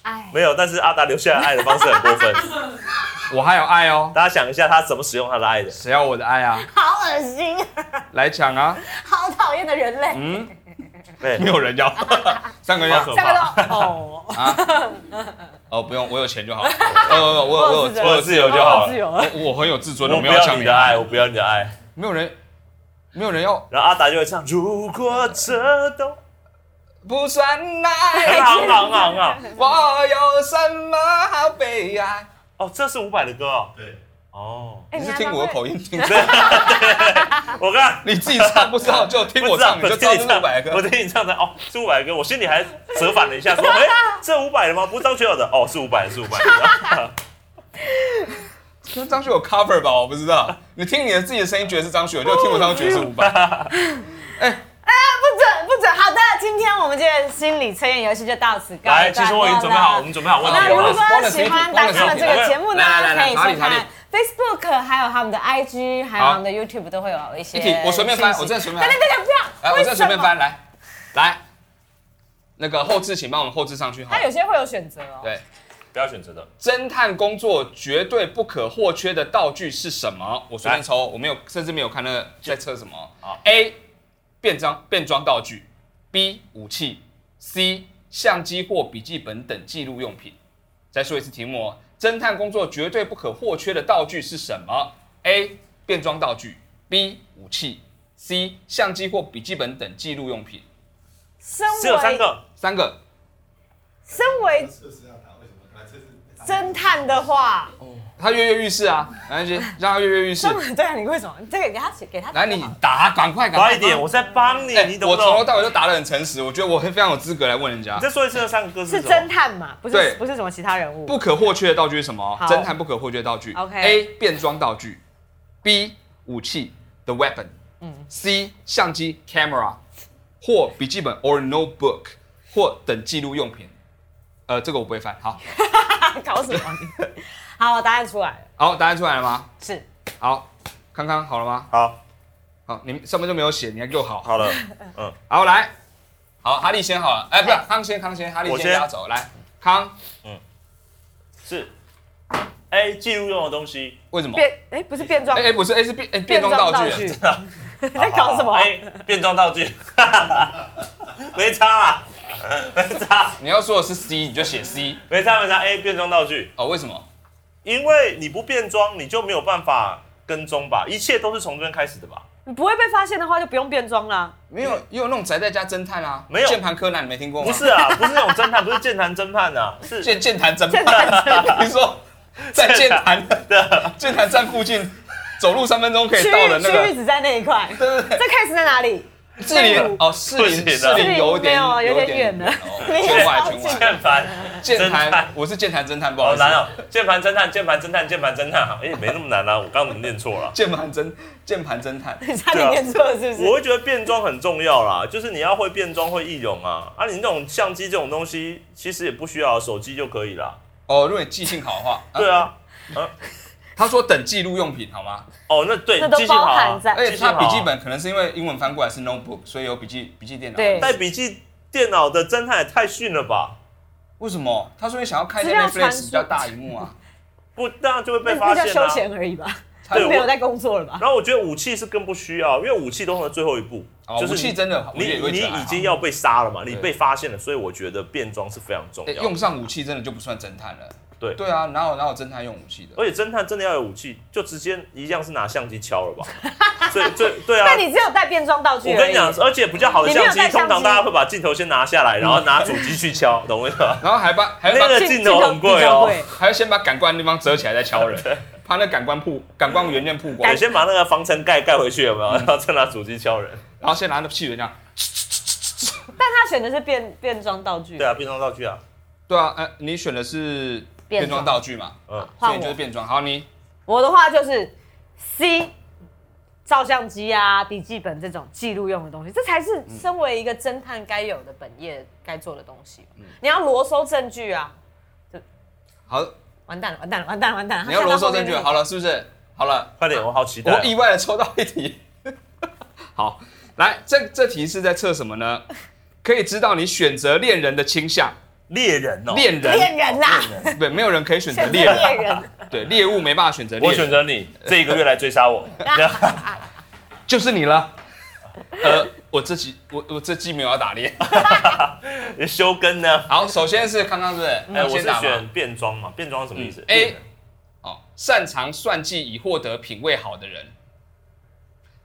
S2: 哎，
S3: 没有，但是阿达留下来爱的方式很过分。
S1: <laughs> 我还有爱哦，
S3: 大家想一下，他怎么使用他的爱的？
S1: 谁要我的爱啊？
S2: 好恶心， <laughs>
S1: 来抢啊！
S2: 好讨厌的人类。
S1: 嗯
S3: 对，
S1: 没有人要，三个人要
S3: 好可
S2: 三个都
S1: <laughs>
S2: 哦，
S1: 啊哦，不用，我有钱就好。呃，我我有我有
S3: 我有自由就好
S2: 哦自
S3: 了。
S2: 由了。
S1: 我我很有自尊，
S3: 我
S1: 我
S3: 不
S1: 没有要
S3: 要
S1: 抢
S3: 你
S1: 你
S3: 的
S1: 的
S3: 爱，
S1: 爱，
S3: 我不要你的爱。
S1: 没有人，没有人要，
S3: 然后阿达就会唱：如果这都啊
S1: 不算
S3: <laughs>
S1: 爱，
S3: 昂昂昂昂。
S1: 我有什么好悲哀？
S3: 哦，这是伍佰的歌哦。
S5: 对，
S3: 哦，
S2: 哎
S1: 你是听我的口？音听出
S3: 我刚
S1: 你自己唱不知道，就听
S3: 不
S1: 我
S3: 知道
S1: 唱，你
S3: 我
S1: 就知
S3: 听
S1: 道
S3: 你
S1: 是
S3: 唱
S1: 伍佰的
S3: 我
S1: 歌。
S3: 听你唱的哦，是伍佰的歌，哦我心里还折返了一下，说： <laughs> 哎，这伍佰的吗？不是张学友的哦，是伍佰的，是伍佰 <laughs> 的。
S1: 是张学友 cover 吧？我不知道。你听你的自己的声音，觉得是张学友，就听我唱，觉得是伍佰。
S2: 啊不准不准。好的，今天我们这个心理测验游戏就到此告一段落
S3: 来，
S2: 了。
S3: 其实我已经准备好，我们准备好问
S2: 那
S3: 题
S2: 如果
S3: 了。
S2: 喜欢达康的这个节目呢，
S1: 来来
S2: 可
S1: 来
S2: 以
S1: 哪里
S2: 收
S1: 哪
S2: 看
S1: 里
S2: Facebook，还有他们的 IG，还有
S1: 好
S2: 他们的 YouTube 都会有一些
S1: 一
S2: 信息。 <laughs>
S1: 题我随便翻我真的随便翻
S2: 等等等等，不
S1: 来，
S2: 要，
S1: 我
S2: 为
S1: 这随便
S2: 什么
S1: 翻，。来，来，那个后置，请帮我们后置上去好
S2: 它
S1: 了。
S2: 有些会有选择哦。
S1: 对，
S3: 不要选择的，
S1: 侦探工作绝对不可或缺的道具是什么？我随便抽，我没有，甚至没有看那个在测什么。
S3: 好
S1: a 变装变装道具，B 武器，C 相机或笔记本等记录用品。再说一次题目哦，侦探工作绝对不可或缺的道具是什么？A 变装道具，B 武器，C 相机或笔记本等记录用品。
S2: 身
S3: 只有三
S2: 为
S3: 个。
S1: 三个，
S2: 身为
S5: 测试要打为什么？来测试
S2: 侦探的话，
S1: 他跃跃欲试啊，没关系，让他跃跃欲试
S2: 身。为对啊，你为什么这个给他给他
S1: 来，你打，赶快，赶
S3: 快
S1: 快
S3: 一点，我在帮你，
S1: 哎
S3: 你懂
S1: 我
S3: 不
S1: 从头
S3: 懂？
S1: 到尾都打得很诚实，我觉得我非常有资格来问人家
S3: 你。再说一次，那三个歌是
S2: 是
S3: 什么
S2: 侦？探嘛？不是
S1: 对
S2: 不是什么其他人物。
S1: 不可或缺的道具是什么？
S2: 好
S1: 侦探不可或缺的道具。
S2: OK
S1: A 变装道具，B 武器 the weapon，c
S3: 嗯
S1: 相机 camera 或笔记本 or notebook 或等记录用品。呃，这个我不会翻。好，
S2: <laughs> 搞什么你？好，我答案出来了，
S1: 好，答案出来了吗？
S2: 是
S1: 好，康康好了吗？
S3: 好，
S1: 好，你上面都没有写，你还给我好。
S3: 好了，嗯，
S1: 好，来，好，哈利先好了，哎，不是康先，康先，哈利
S3: 我
S1: 先
S3: 先
S1: 压轴，来，康，
S3: 是 A 记录用的东西。
S1: 为什么？
S2: 变哎，不是变装
S1: 哦哎、哎，不是，哎、是变、哎变装道具，
S2: 具， <laughs> 在搞什么？
S3: 哎，变装道具， <laughs> 没差啊， <laughs> 没差，
S1: 你要说的是 C，你就写 C
S3: 没差，没差。A 变装道具，
S1: 哦。为什么？
S3: 因为你不变装，你就没有办法跟踪吧？一切都是从这边开始的吧？
S2: 你不会被发现的话，就不用变装啦。
S1: 没有，也有那种宅在家侦探啊，
S3: 没有
S1: 键盘柯南，你没听过吗？
S3: 不是啊，
S2: <laughs>
S3: 不是那种侦探，不是键盘侦探啊，是
S1: 键键盘侦
S2: 键
S1: 探啊
S2: 盘，
S1: 你说在键盘
S3: 的
S1: 键盘站附近走路三分钟可
S2: 区
S1: 以哎到的
S2: 域
S1: 那
S2: 区域
S1: 个，
S2: 只在那一块，
S1: 对对
S2: 这 case 在哪里？
S1: 对，士林哦，士
S3: 不行
S1: 林
S3: 啊
S1: 士林有点
S2: 士林没有啊有点远了
S1: 哦
S2: 没有
S1: 圈外
S2: 靠
S1: 圈
S2: 近
S1: 外。
S3: 键盘
S1: 键
S3: 侦探
S1: 盘，我是键盘侦探，不好
S3: 好
S1: 意思
S3: 难，哦，键盘侦探，键盘侦探，键盘侦探，哎、没那么难啊，我刚刚怎么念错了？
S1: 键盘侦键盘侦探，
S2: 你差点念错了是不
S3: 啊我
S2: 是？
S3: 会觉得变装很重要啦，就是你要会变装，会易容啊。啊，你那种相机这种东西，其实也不需要，啊手机就可以啦。
S1: 哦，如果你记性好的话，
S3: 对
S1: 啊，
S3: 啊，
S1: 他说等记录用品好吗？
S3: 哦，那对
S2: 这，都
S3: 记性
S2: 包
S3: 好
S2: 含
S3: 啊。
S2: 在
S1: 而且它
S3: 记性好啊
S1: 笔
S2: 哦
S1: 记本可能是因为英文翻过来是 notebook，所以有笔记笔记电脑。
S2: 对
S3: 带笔记电脑的侦探也太逊了吧？
S1: 为什么？他说你想要看一
S2: 资料
S1: 下
S2: 传
S1: Netflix 比较大荧幕
S3: <laughs>
S1: 啊。
S3: 不，这样就会被
S2: 那
S3: 发
S2: 叫
S3: 现啦、啊
S2: 休闲而已吧，
S1: 对
S2: 没有
S3: 我
S2: 在工作了吧？
S3: 然后我觉得武器是更不需要，因为武器都放在最后一步，
S1: 哦
S3: 就是
S1: 武器真的
S3: 你
S1: 我也
S3: 你
S1: 我也觉得还好
S3: 已经要被杀了嘛，你
S1: 对
S3: 被发现了，所以我觉得变装是非常重
S1: 欸
S3: 要。
S1: 用上武器真的就不算侦探了，
S3: 对
S1: 对啊，哪有哪有侦探用武器的？
S3: 而且侦探真的要有武器，就直接一样是拿相机敲了吧？
S1: <laughs>
S3: 所以最对啊
S2: 但，你只有带变装道具而已。
S3: 我跟你讲，而且比较好的
S2: 你没有
S3: 相机，
S2: 带相
S3: 通常
S2: 机
S3: 大家会把镜头先拿下来，然后拿主机去敲，懂我意
S2: <laughs>
S3: 思吗？
S1: 然后还把还
S3: 那
S1: 把
S3: 个镜头很
S2: 镜
S3: 贵哦
S2: 头比较贵
S1: 还要先把感官的地方遮起来再敲
S3: <laughs>
S1: 人，怕那感官曝感光元件曝光
S3: 我，先把那个防尘盖盖回去，有
S2: 嗯
S3: 没有？然后再拿主机敲人。
S1: 然后先拿那气球这样。
S2: 但他选的是变变装道具。
S3: 对
S1: 嗯
S3: 啊，变装道具啊，
S1: 对啊，呃，你选的是
S2: 变装
S1: 变装道具嘛，
S3: 嗯，
S1: 所以
S2: 换
S1: 你就是
S2: 我，
S1: 变装。好，你
S2: 我的话就是 C，照相机啊、笔记本这种记录用的东西，这才
S1: 嗯
S2: 是身为一个侦探该有的本业该做的东西。
S1: 嗯
S2: 你要罗搜证据啊！
S1: 好，
S2: 完蛋了，完蛋了，完蛋了，完蛋了！
S1: 你要罗嗦证据，
S2: 他看到后面那个
S1: 好了，是不是？好了，
S3: 快点，我好期待
S1: 我
S3: 啊。
S1: 意外的抽到一题。 <laughs> 好，来，这这题是在测什么呢？可以知道你选择恋人的倾向，
S3: 猎人哦，
S1: 恋人
S2: 骗人呐、
S1: 对，没有人可以选择
S2: <laughs>
S1: 猎
S2: 骗
S1: 人，
S2: 人，啊
S1: 对，猎物没办法选择猎
S3: 我选
S1: 人，<laughs>
S3: 择你，这一个月来追杀我。
S1: 就是你了。 <laughs> 呃，我这集我我这季没有要打
S3: <laughs>
S1: 猎。
S3: 你 <laughs> 修根呢？
S1: 好，首先是康康是不是？
S3: 哎，我
S1: 嗯先
S3: 是
S1: 打吧
S3: 选变装嘛，变装是什么意思
S1: 嗯 A 哦，擅长算计以获得品味好的人，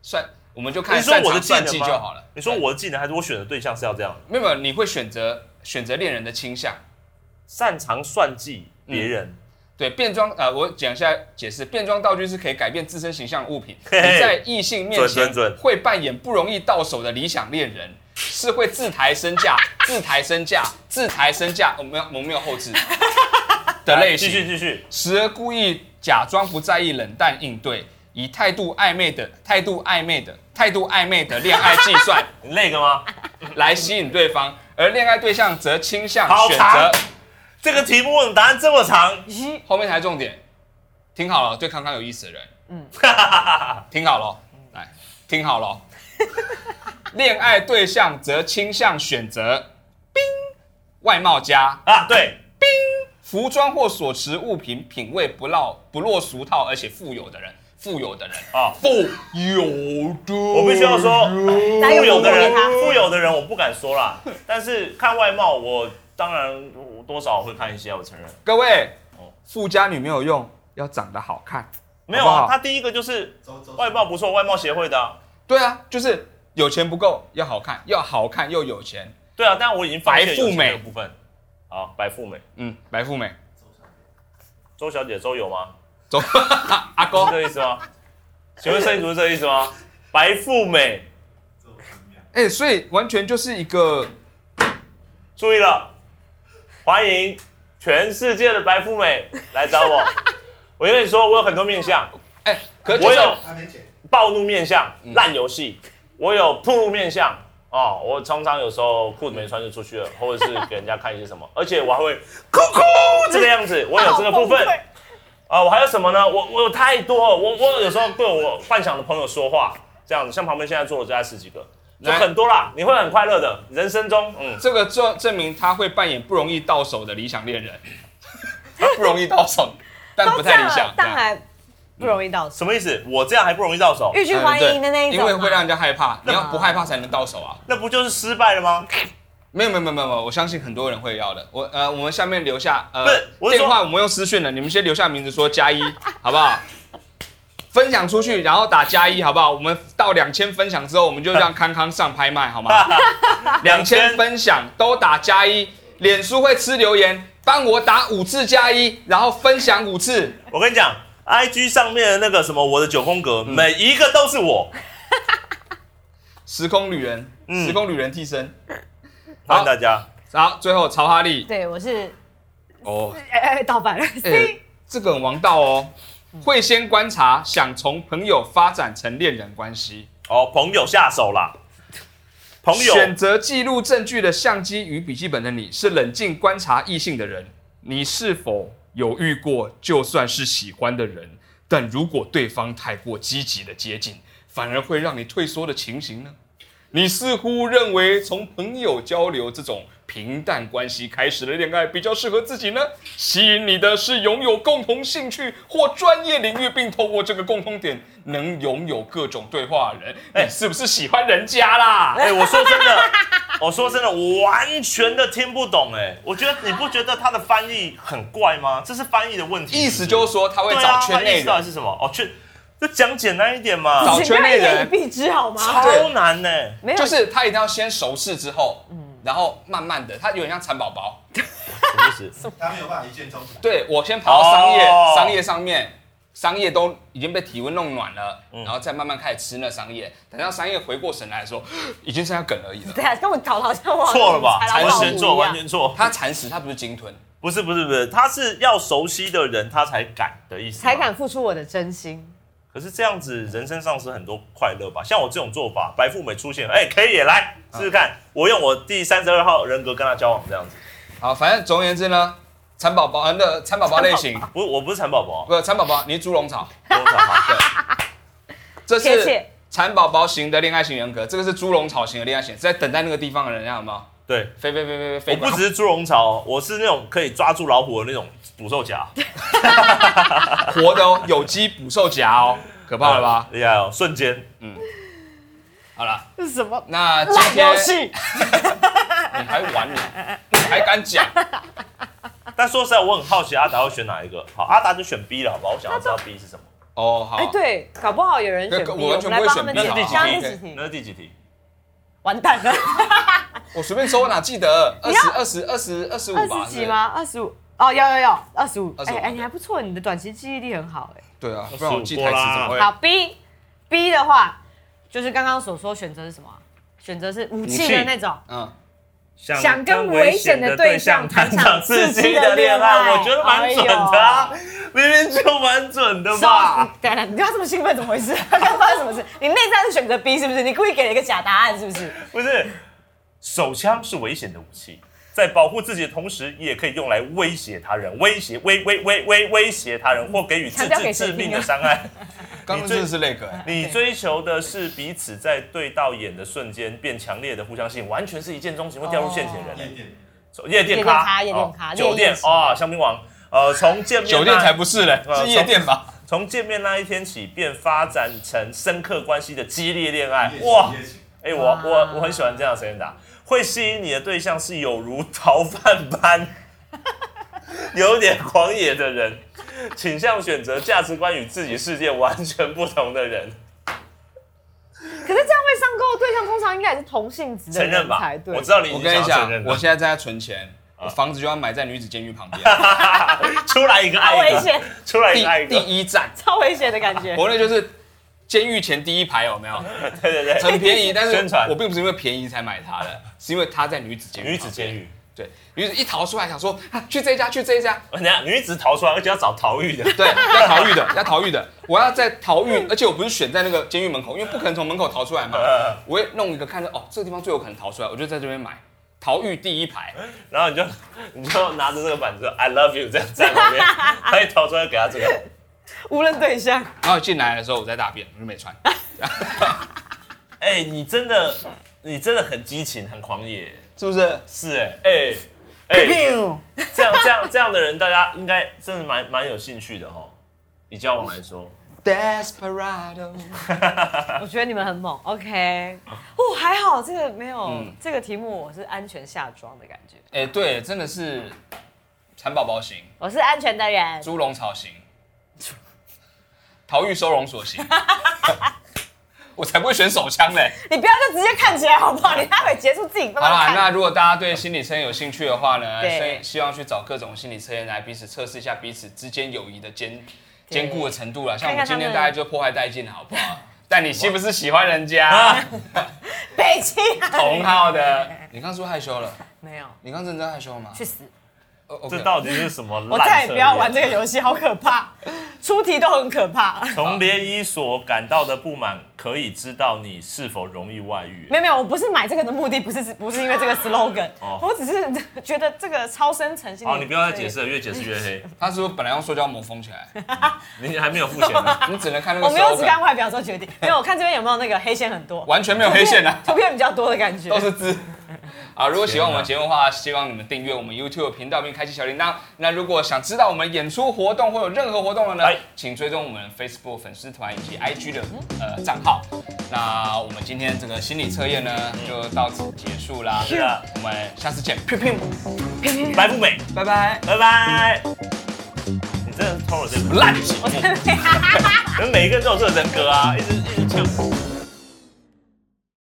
S1: 算我们就看
S3: 你说
S1: 擅
S3: 我的
S1: 长
S3: 技
S1: 算
S3: 能吗
S1: 计就好了。
S3: 你说
S1: 对
S3: 我的技能还是我选的对象是要这样的？
S1: 没有没有，你会选择选择恋人的倾向。
S3: 擅长算计别人，
S1: 嗯对变装，呃，我讲一下解释，变装道具是可以改变自身形象的物品。
S3: 嘿嘿
S1: 你在异性面前
S3: 准准准
S1: 会扮演不容易到手的理想恋人，是会自抬身价、自抬身价、自抬身价，我们我们没有后置的
S3: 来
S1: 类
S3: 哎继
S1: 型。
S3: 续继续。
S1: 时而故意假装不在意，冷淡应对，以态度暧昧的态度暧昧的态度暧昧的恋爱计算 <laughs>
S3: 你那个吗？
S1: 啊来吸引对方，而恋爱对象则倾向
S3: 好
S1: 选
S3: 长
S1: 择
S3: 这个题目答案这
S1: <laughs>
S3: 么长，
S1: 后面才重点。听好了，对康康有意思的人，嗯， <laughs> 听好了，来听好了，恋爱对象则倾向选择冰外貌家。
S3: 啊，对，
S1: 服装或所持物品品味不落不落俗套，而且富有的人，富有的人
S3: 啊
S1: 富有的人，
S3: 我必须要说，
S1: 哎
S2: 哪
S3: 富
S2: 有
S3: 有的人
S2: 不如，
S3: 富有的人我不敢说
S1: <laughs>
S3: 啦，但是看外貌，我当然我多少会看一些，我承认。
S1: 各位
S3: 哦，
S1: 富家女没有用，要长得好看。
S3: 没有
S1: 好不
S3: 啊，
S1: 好
S3: 他第一个就是
S5: 周周
S3: 外貌不错，外貌协会的、啊，
S1: 对啊，就是有钱不够，要好看，要好看又有钱。
S3: 对啊，但我已经放弃了
S1: 白富美
S3: 有钱的部分。好，白富美，
S1: 嗯，白富美，
S3: 周小姐，周有吗？
S1: 走，阿
S3: 是
S1: 公
S3: 这，个意思吗？请问摄影组是这个意思吗？白富美，
S5: 周新娘
S1: 哎、所以完全就是一个
S3: 注意了，欢迎全世界的白富美来找我。我跟你说，我有很多面相，
S1: 哎、可是就
S3: 我
S1: 是
S3: 有
S5: 还没剪，
S3: 暴怒面相、
S1: 嗯
S3: 烂游戏，我有铺路面相哦，我常常有时候裤子没穿就出去了，或者是给人家看一些什么，而且我还会哭哭这个样子，我有这个部分
S2: 好崩溃
S3: 啊、我还有什么呢？我我有太多了，我我有时候对我幻想的朋友说话，这样子，像旁边现在坐的就在十几个，就
S1: 来
S3: 很多啦，你会很快乐的，人生中，嗯，
S1: 这个证证明他会扮演不容易到手的理想恋 <laughs> 人，不容易到手，但
S2: 都
S1: 不
S2: 这
S1: 太
S2: 样
S1: 理
S2: 了
S1: 想，。啊
S2: 当然不容易到手，
S3: 什么意思？我这样还不容易到手，
S2: 欲拒
S1: 这样
S2: 还迎的
S1: 嗯对
S2: 那一
S1: 因
S2: 种嘛，啊
S1: 为会让人家害怕，你要不害怕才能到手啊。
S3: 那不就是失败了吗？
S1: 没有没有没有没有，我相信很多人会要的。我呃，我们下面留下呃
S3: 不是我是说
S1: 电话，我们用私讯的，你们先留下名字说加 <laughs> 一，好不好？分享出去，然后打加一，好不好？我们到两千分享之后，我们就让康康上拍卖，好吗？
S3: <laughs>
S1: 两千分享都打加一，脸书会吃留言，帮我打五次加一，然后分享五次。
S3: 我跟你讲，IG 上面的那个什么我的九宫
S1: 嗯
S3: 格，每一个都是我。
S1: 时空旅人，
S3: 嗯
S1: 时空旅人替身。
S3: 欢迎大家。
S1: 好，最后曹哈利
S2: 对我是
S1: 哦，
S2: <laughs> 哎哎倒反 <laughs> 了
S1: 哎、
S2: C，
S1: 这个很王道哦，会先观察，想从朋友发展成恋人关系。
S3: 哦，朋友下手啦，朋友
S1: 选择记录证据的相机与笔记本的你，是冷静观察异性的人。你是否有遇过，就算是喜欢的人，但如果对方太过积极的接近，反而会让你退缩的情形呢？你似乎认为从朋友交流这种平淡关系开始的恋爱比较适合自己呢？吸引你的是拥有共同兴趣或专业领域，并透过这个共通点
S3: 哎
S1: 能拥有各种对话的人。你是不是喜欢人家啦？
S3: <laughs> 哎、我说真的，我说真的，我完全的听不懂哎。我觉得你不觉得他的翻译很怪吗？这是翻译的问题。
S1: 意思就是说他会
S3: 对
S1: 找
S3: 啊，
S1: 圈
S3: 他意
S1: 内
S3: 思到
S1: 人
S3: 底，是什么？哦，圈就讲简单一点嘛
S1: 找，圈内人
S2: 请大家一言以蔽之
S1: <laughs>
S2: 好吗？
S3: 超难呢。
S2: 没有，
S1: 就是他一定要先熟识之后，
S3: 嗯
S1: 然后慢慢的，他有点像蚕宝宝。
S3: 什么意思？
S5: 他没有办法一见钟情。
S1: 对我先跑到商业、
S3: 哦
S1: 商业上面，商业都已经被体温弄暖了，
S3: 嗯
S1: 然后再慢慢开始吃那商业。等到商业回过神来的时候， <gasps> 已经剩下梗而已了。
S2: <laughs> 对啊，跟我搞得好像我
S3: 错了吧？
S2: 完
S3: 完全错，完全错。
S1: 他蚕食，他不是鲸吞。
S3: 不是不是不是，他是要熟悉的人他才敢的意思，
S2: 才敢。付出我的真心。
S3: 可是这样子人生丧失很多快乐吧？像我这种做法，白富美出现，哎、可以也来试
S1: 嗯
S3: 试看。我用我第三十二号人格跟他交往这样子，
S1: 好，反正总而言之呢，蚕宝宝呃，那蚕宝宝类型，
S3: 不是我不是蚕宝宝，啊
S1: 不是蚕宝宝，你是猪笼草，
S3: 我是蚕宝宝
S1: 这
S2: 贴
S1: 是
S2: 切
S1: 蚕宝宝型的恋爱型人格，这个是猪笼草型的恋爱型，在等待那个地方的人，有没有？
S3: <laughs> 对，
S1: 飞飞飞飞飞
S3: 我
S1: 飞过来！
S3: 不只是猪笼草，我是那种可以抓住老虎的那种捕
S2: <laughs>
S3: 兽夹，
S1: 活的哦，有机捕兽夹哦，可怕了吧？
S3: 厉害哦，瞬间
S1: 好了，
S2: 这是什么
S1: 那今
S2: 烂
S1: 天
S2: 游戏？
S1: 你还玩呢？你还敢
S3: <laughs>
S1: 讲？
S2: 啊
S3: 但说实在，我很好奇阿达会选哪一个。好，阿达就选 B 了，好不好？我想要知道 B 是什么。
S1: 哦，好
S2: 哎，，对，搞不好有人选
S1: 那
S2: B，
S1: 个
S2: 我
S1: 我完全
S2: 们
S1: 不
S2: 来
S1: 会选
S2: 帮他们
S1: B，
S2: 解
S1: 好
S2: 答
S1: 好
S2: 刚刚
S1: 好
S2: 那
S1: ，OK
S2: 几题
S3: 那，是第几题？
S2: 完蛋了，
S1: 我随便抽，我哪记得？二
S2: 你要
S1: 十二十二十二十五
S2: 二
S1: 吧？
S2: 十几吗？二十五。哦，有有有，二十五，
S1: 25
S2: 哎哎，你还不错，你的短期记忆力很好，哎。
S1: 对不对？对啊，不然我记台词
S3: 25啦
S1: 怎么会？
S2: 好，B B 的话，就是刚刚所说选择是什么啊？选择是武器
S3: 武器
S2: 的那种，
S1: 嗯，
S2: 想跟危险的对象谈场刺激的恋爱
S3: 我觉得蛮准的啊
S2: 哎，
S3: 明明就蛮准的
S2: 手
S3: 嘛。
S2: 等一下，嗯你对他这么兴奋，怎么回事？ <laughs> 刚刚发生什么事？你内在是选择 B 是不是？你故意给了一个假答案是不是？
S3: 不是，手枪是危险的武器，在保护自己的同时，也可以用来威胁他人，威胁威威威威威胁他人，或给予
S2: 嗯强
S3: 致
S2: 调给
S3: 致
S2: 谁
S3: 致命
S2: 听啊
S3: 的伤害。
S2: <laughs>
S1: 刚刚真的是那个，哎
S3: 你追求的是彼此在对到眼的瞬间变强烈的互相吸引，完全是一见钟情会掉入陷阱的人、
S5: 夜店
S3: 夜店咖、
S2: 哦夜店咖
S3: 哦
S2: 夜店
S3: 酒店
S2: 型
S3: 啊、香槟王，呃，从见面
S1: 哎酒店
S3: 那
S1: 才不是嘞，
S3: 呃
S1: 是夜店吧？
S3: 从见面那一天起，便发展成深刻关系的激烈恋爱。
S5: 夜
S3: 哇
S5: 情，夜情，
S3: 哎、我
S2: 哇
S3: 我我很喜欢这样的神仙打，会吸引你的对象是有如逃犯般 <laughs> 有点狂野的人，倾向选择价值观与自己世界完全不同的人。
S2: 可是这样会上钩的对象通常应该也是同性质的
S3: 承认
S2: 人
S3: 吧
S2: 才，对
S3: 我。知道你已
S1: 我
S3: 经
S1: 跟你
S3: 想要
S1: 讲
S3: 承认，啊了
S1: 我现在在存钱，我房子就要买在女子监狱旁
S3: <laughs>
S1: 边，
S3: 出来一个
S2: 超
S3: 爱
S2: 危
S3: 一个，
S2: 险，
S3: 出来一个爱
S1: 第
S3: 一
S1: 第
S3: 个，
S1: 一站，
S2: 超危险的感 <laughs> 觉。
S1: 国内就是监狱前第一排，有没
S3: <laughs>
S1: 有？
S3: 对对对，
S1: 很
S3: <laughs>
S1: 便宜，但
S3: 宣传
S1: 是我并不是因为便宜才买它的，是因为它在女子监狱。
S3: 女子监狱。
S1: 对，女子一逃出来想说，啊，去这一家，去这一家，
S3: 等一下，女子逃出来，而且要找逃狱的， <laughs>
S1: 对，要逃狱的，要逃狱的，我要在逃狱，而且我不是选在那个监狱门口，因为不可能从门口逃出来嘛，我会弄一个看着，哦，这个地方最有可能逃出来，我就在这边买。逃狱第一排，
S3: 然后你就你就拿着这个板子，I love you 这样
S2: <laughs>
S3: 站旁边，他一逃出来给他这个，
S2: 无论对象，
S1: 然后进来的时候我在大便，我就没穿。 <laughs>
S3: 哎、你真的你真的很激情，很狂野，
S1: 是不是？
S3: 是哎哎哎，这样这样这样的人，大家应该真的蛮蛮有兴趣的哈。以交往来说，
S1: Desperado，
S2: 我觉得你们很猛，OK。哦，还好这个没有
S1: 嗯
S2: 这个题目，我是安全下装的感觉，
S1: <laughs> 哎、对，真的是蚕宝宝型、
S2: 我是安全的人。
S1: 猪笼草 <laughs> 型、逃狱收容所型， <laughs> 我才不会选手枪嘞。
S2: 你不要就直接看起来好不好？
S3: 哎
S2: 你待会结束自己慢
S1: 好啦，
S2: 慢看。
S1: 那如果大家对心理测验有兴趣的话呢，
S2: 对
S1: 所以希望去找各种心理测验来彼此测试一下彼此之间友谊的坚
S2: 对
S1: 坚固的程度啦。像我们
S2: 看看他
S1: 今
S2: 们
S1: 天大概就破坏殆尽了，好不
S2: <laughs>
S1: 好？但你是不是喜欢人家
S2: 啊北啊京
S1: <laughs> 同号
S2: <laughs>
S1: 的？你刚说害羞了，
S2: 没有，
S1: 你刚认真害羞吗？
S2: 去死！
S1: 哦，OK
S3: <laughs> 这到底是什么烂？
S2: 我再也不要玩这个。游戏，好可怕，出题都很可怕。
S3: 从联谊所感到的不满，可以知道你是否容易外遇
S2: 没。有没有，我不是买这个的目的，不是不是因为这个 slogan，、
S3: 哦
S2: 我只是觉得这个超深层心理。
S3: 好，哦你不要再解释了，越解释越黑。
S1: 他是不是本来用塑胶膜封起
S2: <laughs>
S1: 来？
S3: 你还没有付钱呢。
S1: 你只能看那个
S2: 我
S1: slogan。
S2: 没有只看外表做决定，没有我看这边有没有那个黑线很多，
S1: 完全没有黑线啊，
S2: 图片比较多的感觉。
S1: 都是字。啊，如果喜欢我们节目的话，希望你们订阅我们 YouTube 频道并开启小铃铛。那如果想知道我们演出活动或有任何活动的呢
S3: 哎，
S1: 请追踪我们 Facebook 粉丝团以及 IG 的呃账号。那我们今天这个心理测验呢，就到此结束啦。
S3: 嗯是的
S1: 我们下次见，噗噗
S3: 白富美，
S1: 拜拜。
S3: 拜拜。你真的偷了这
S2: <laughs>
S3: 个，
S1: 烂节目。
S3: 人每一个人都有这个人格啊，一直一直抢。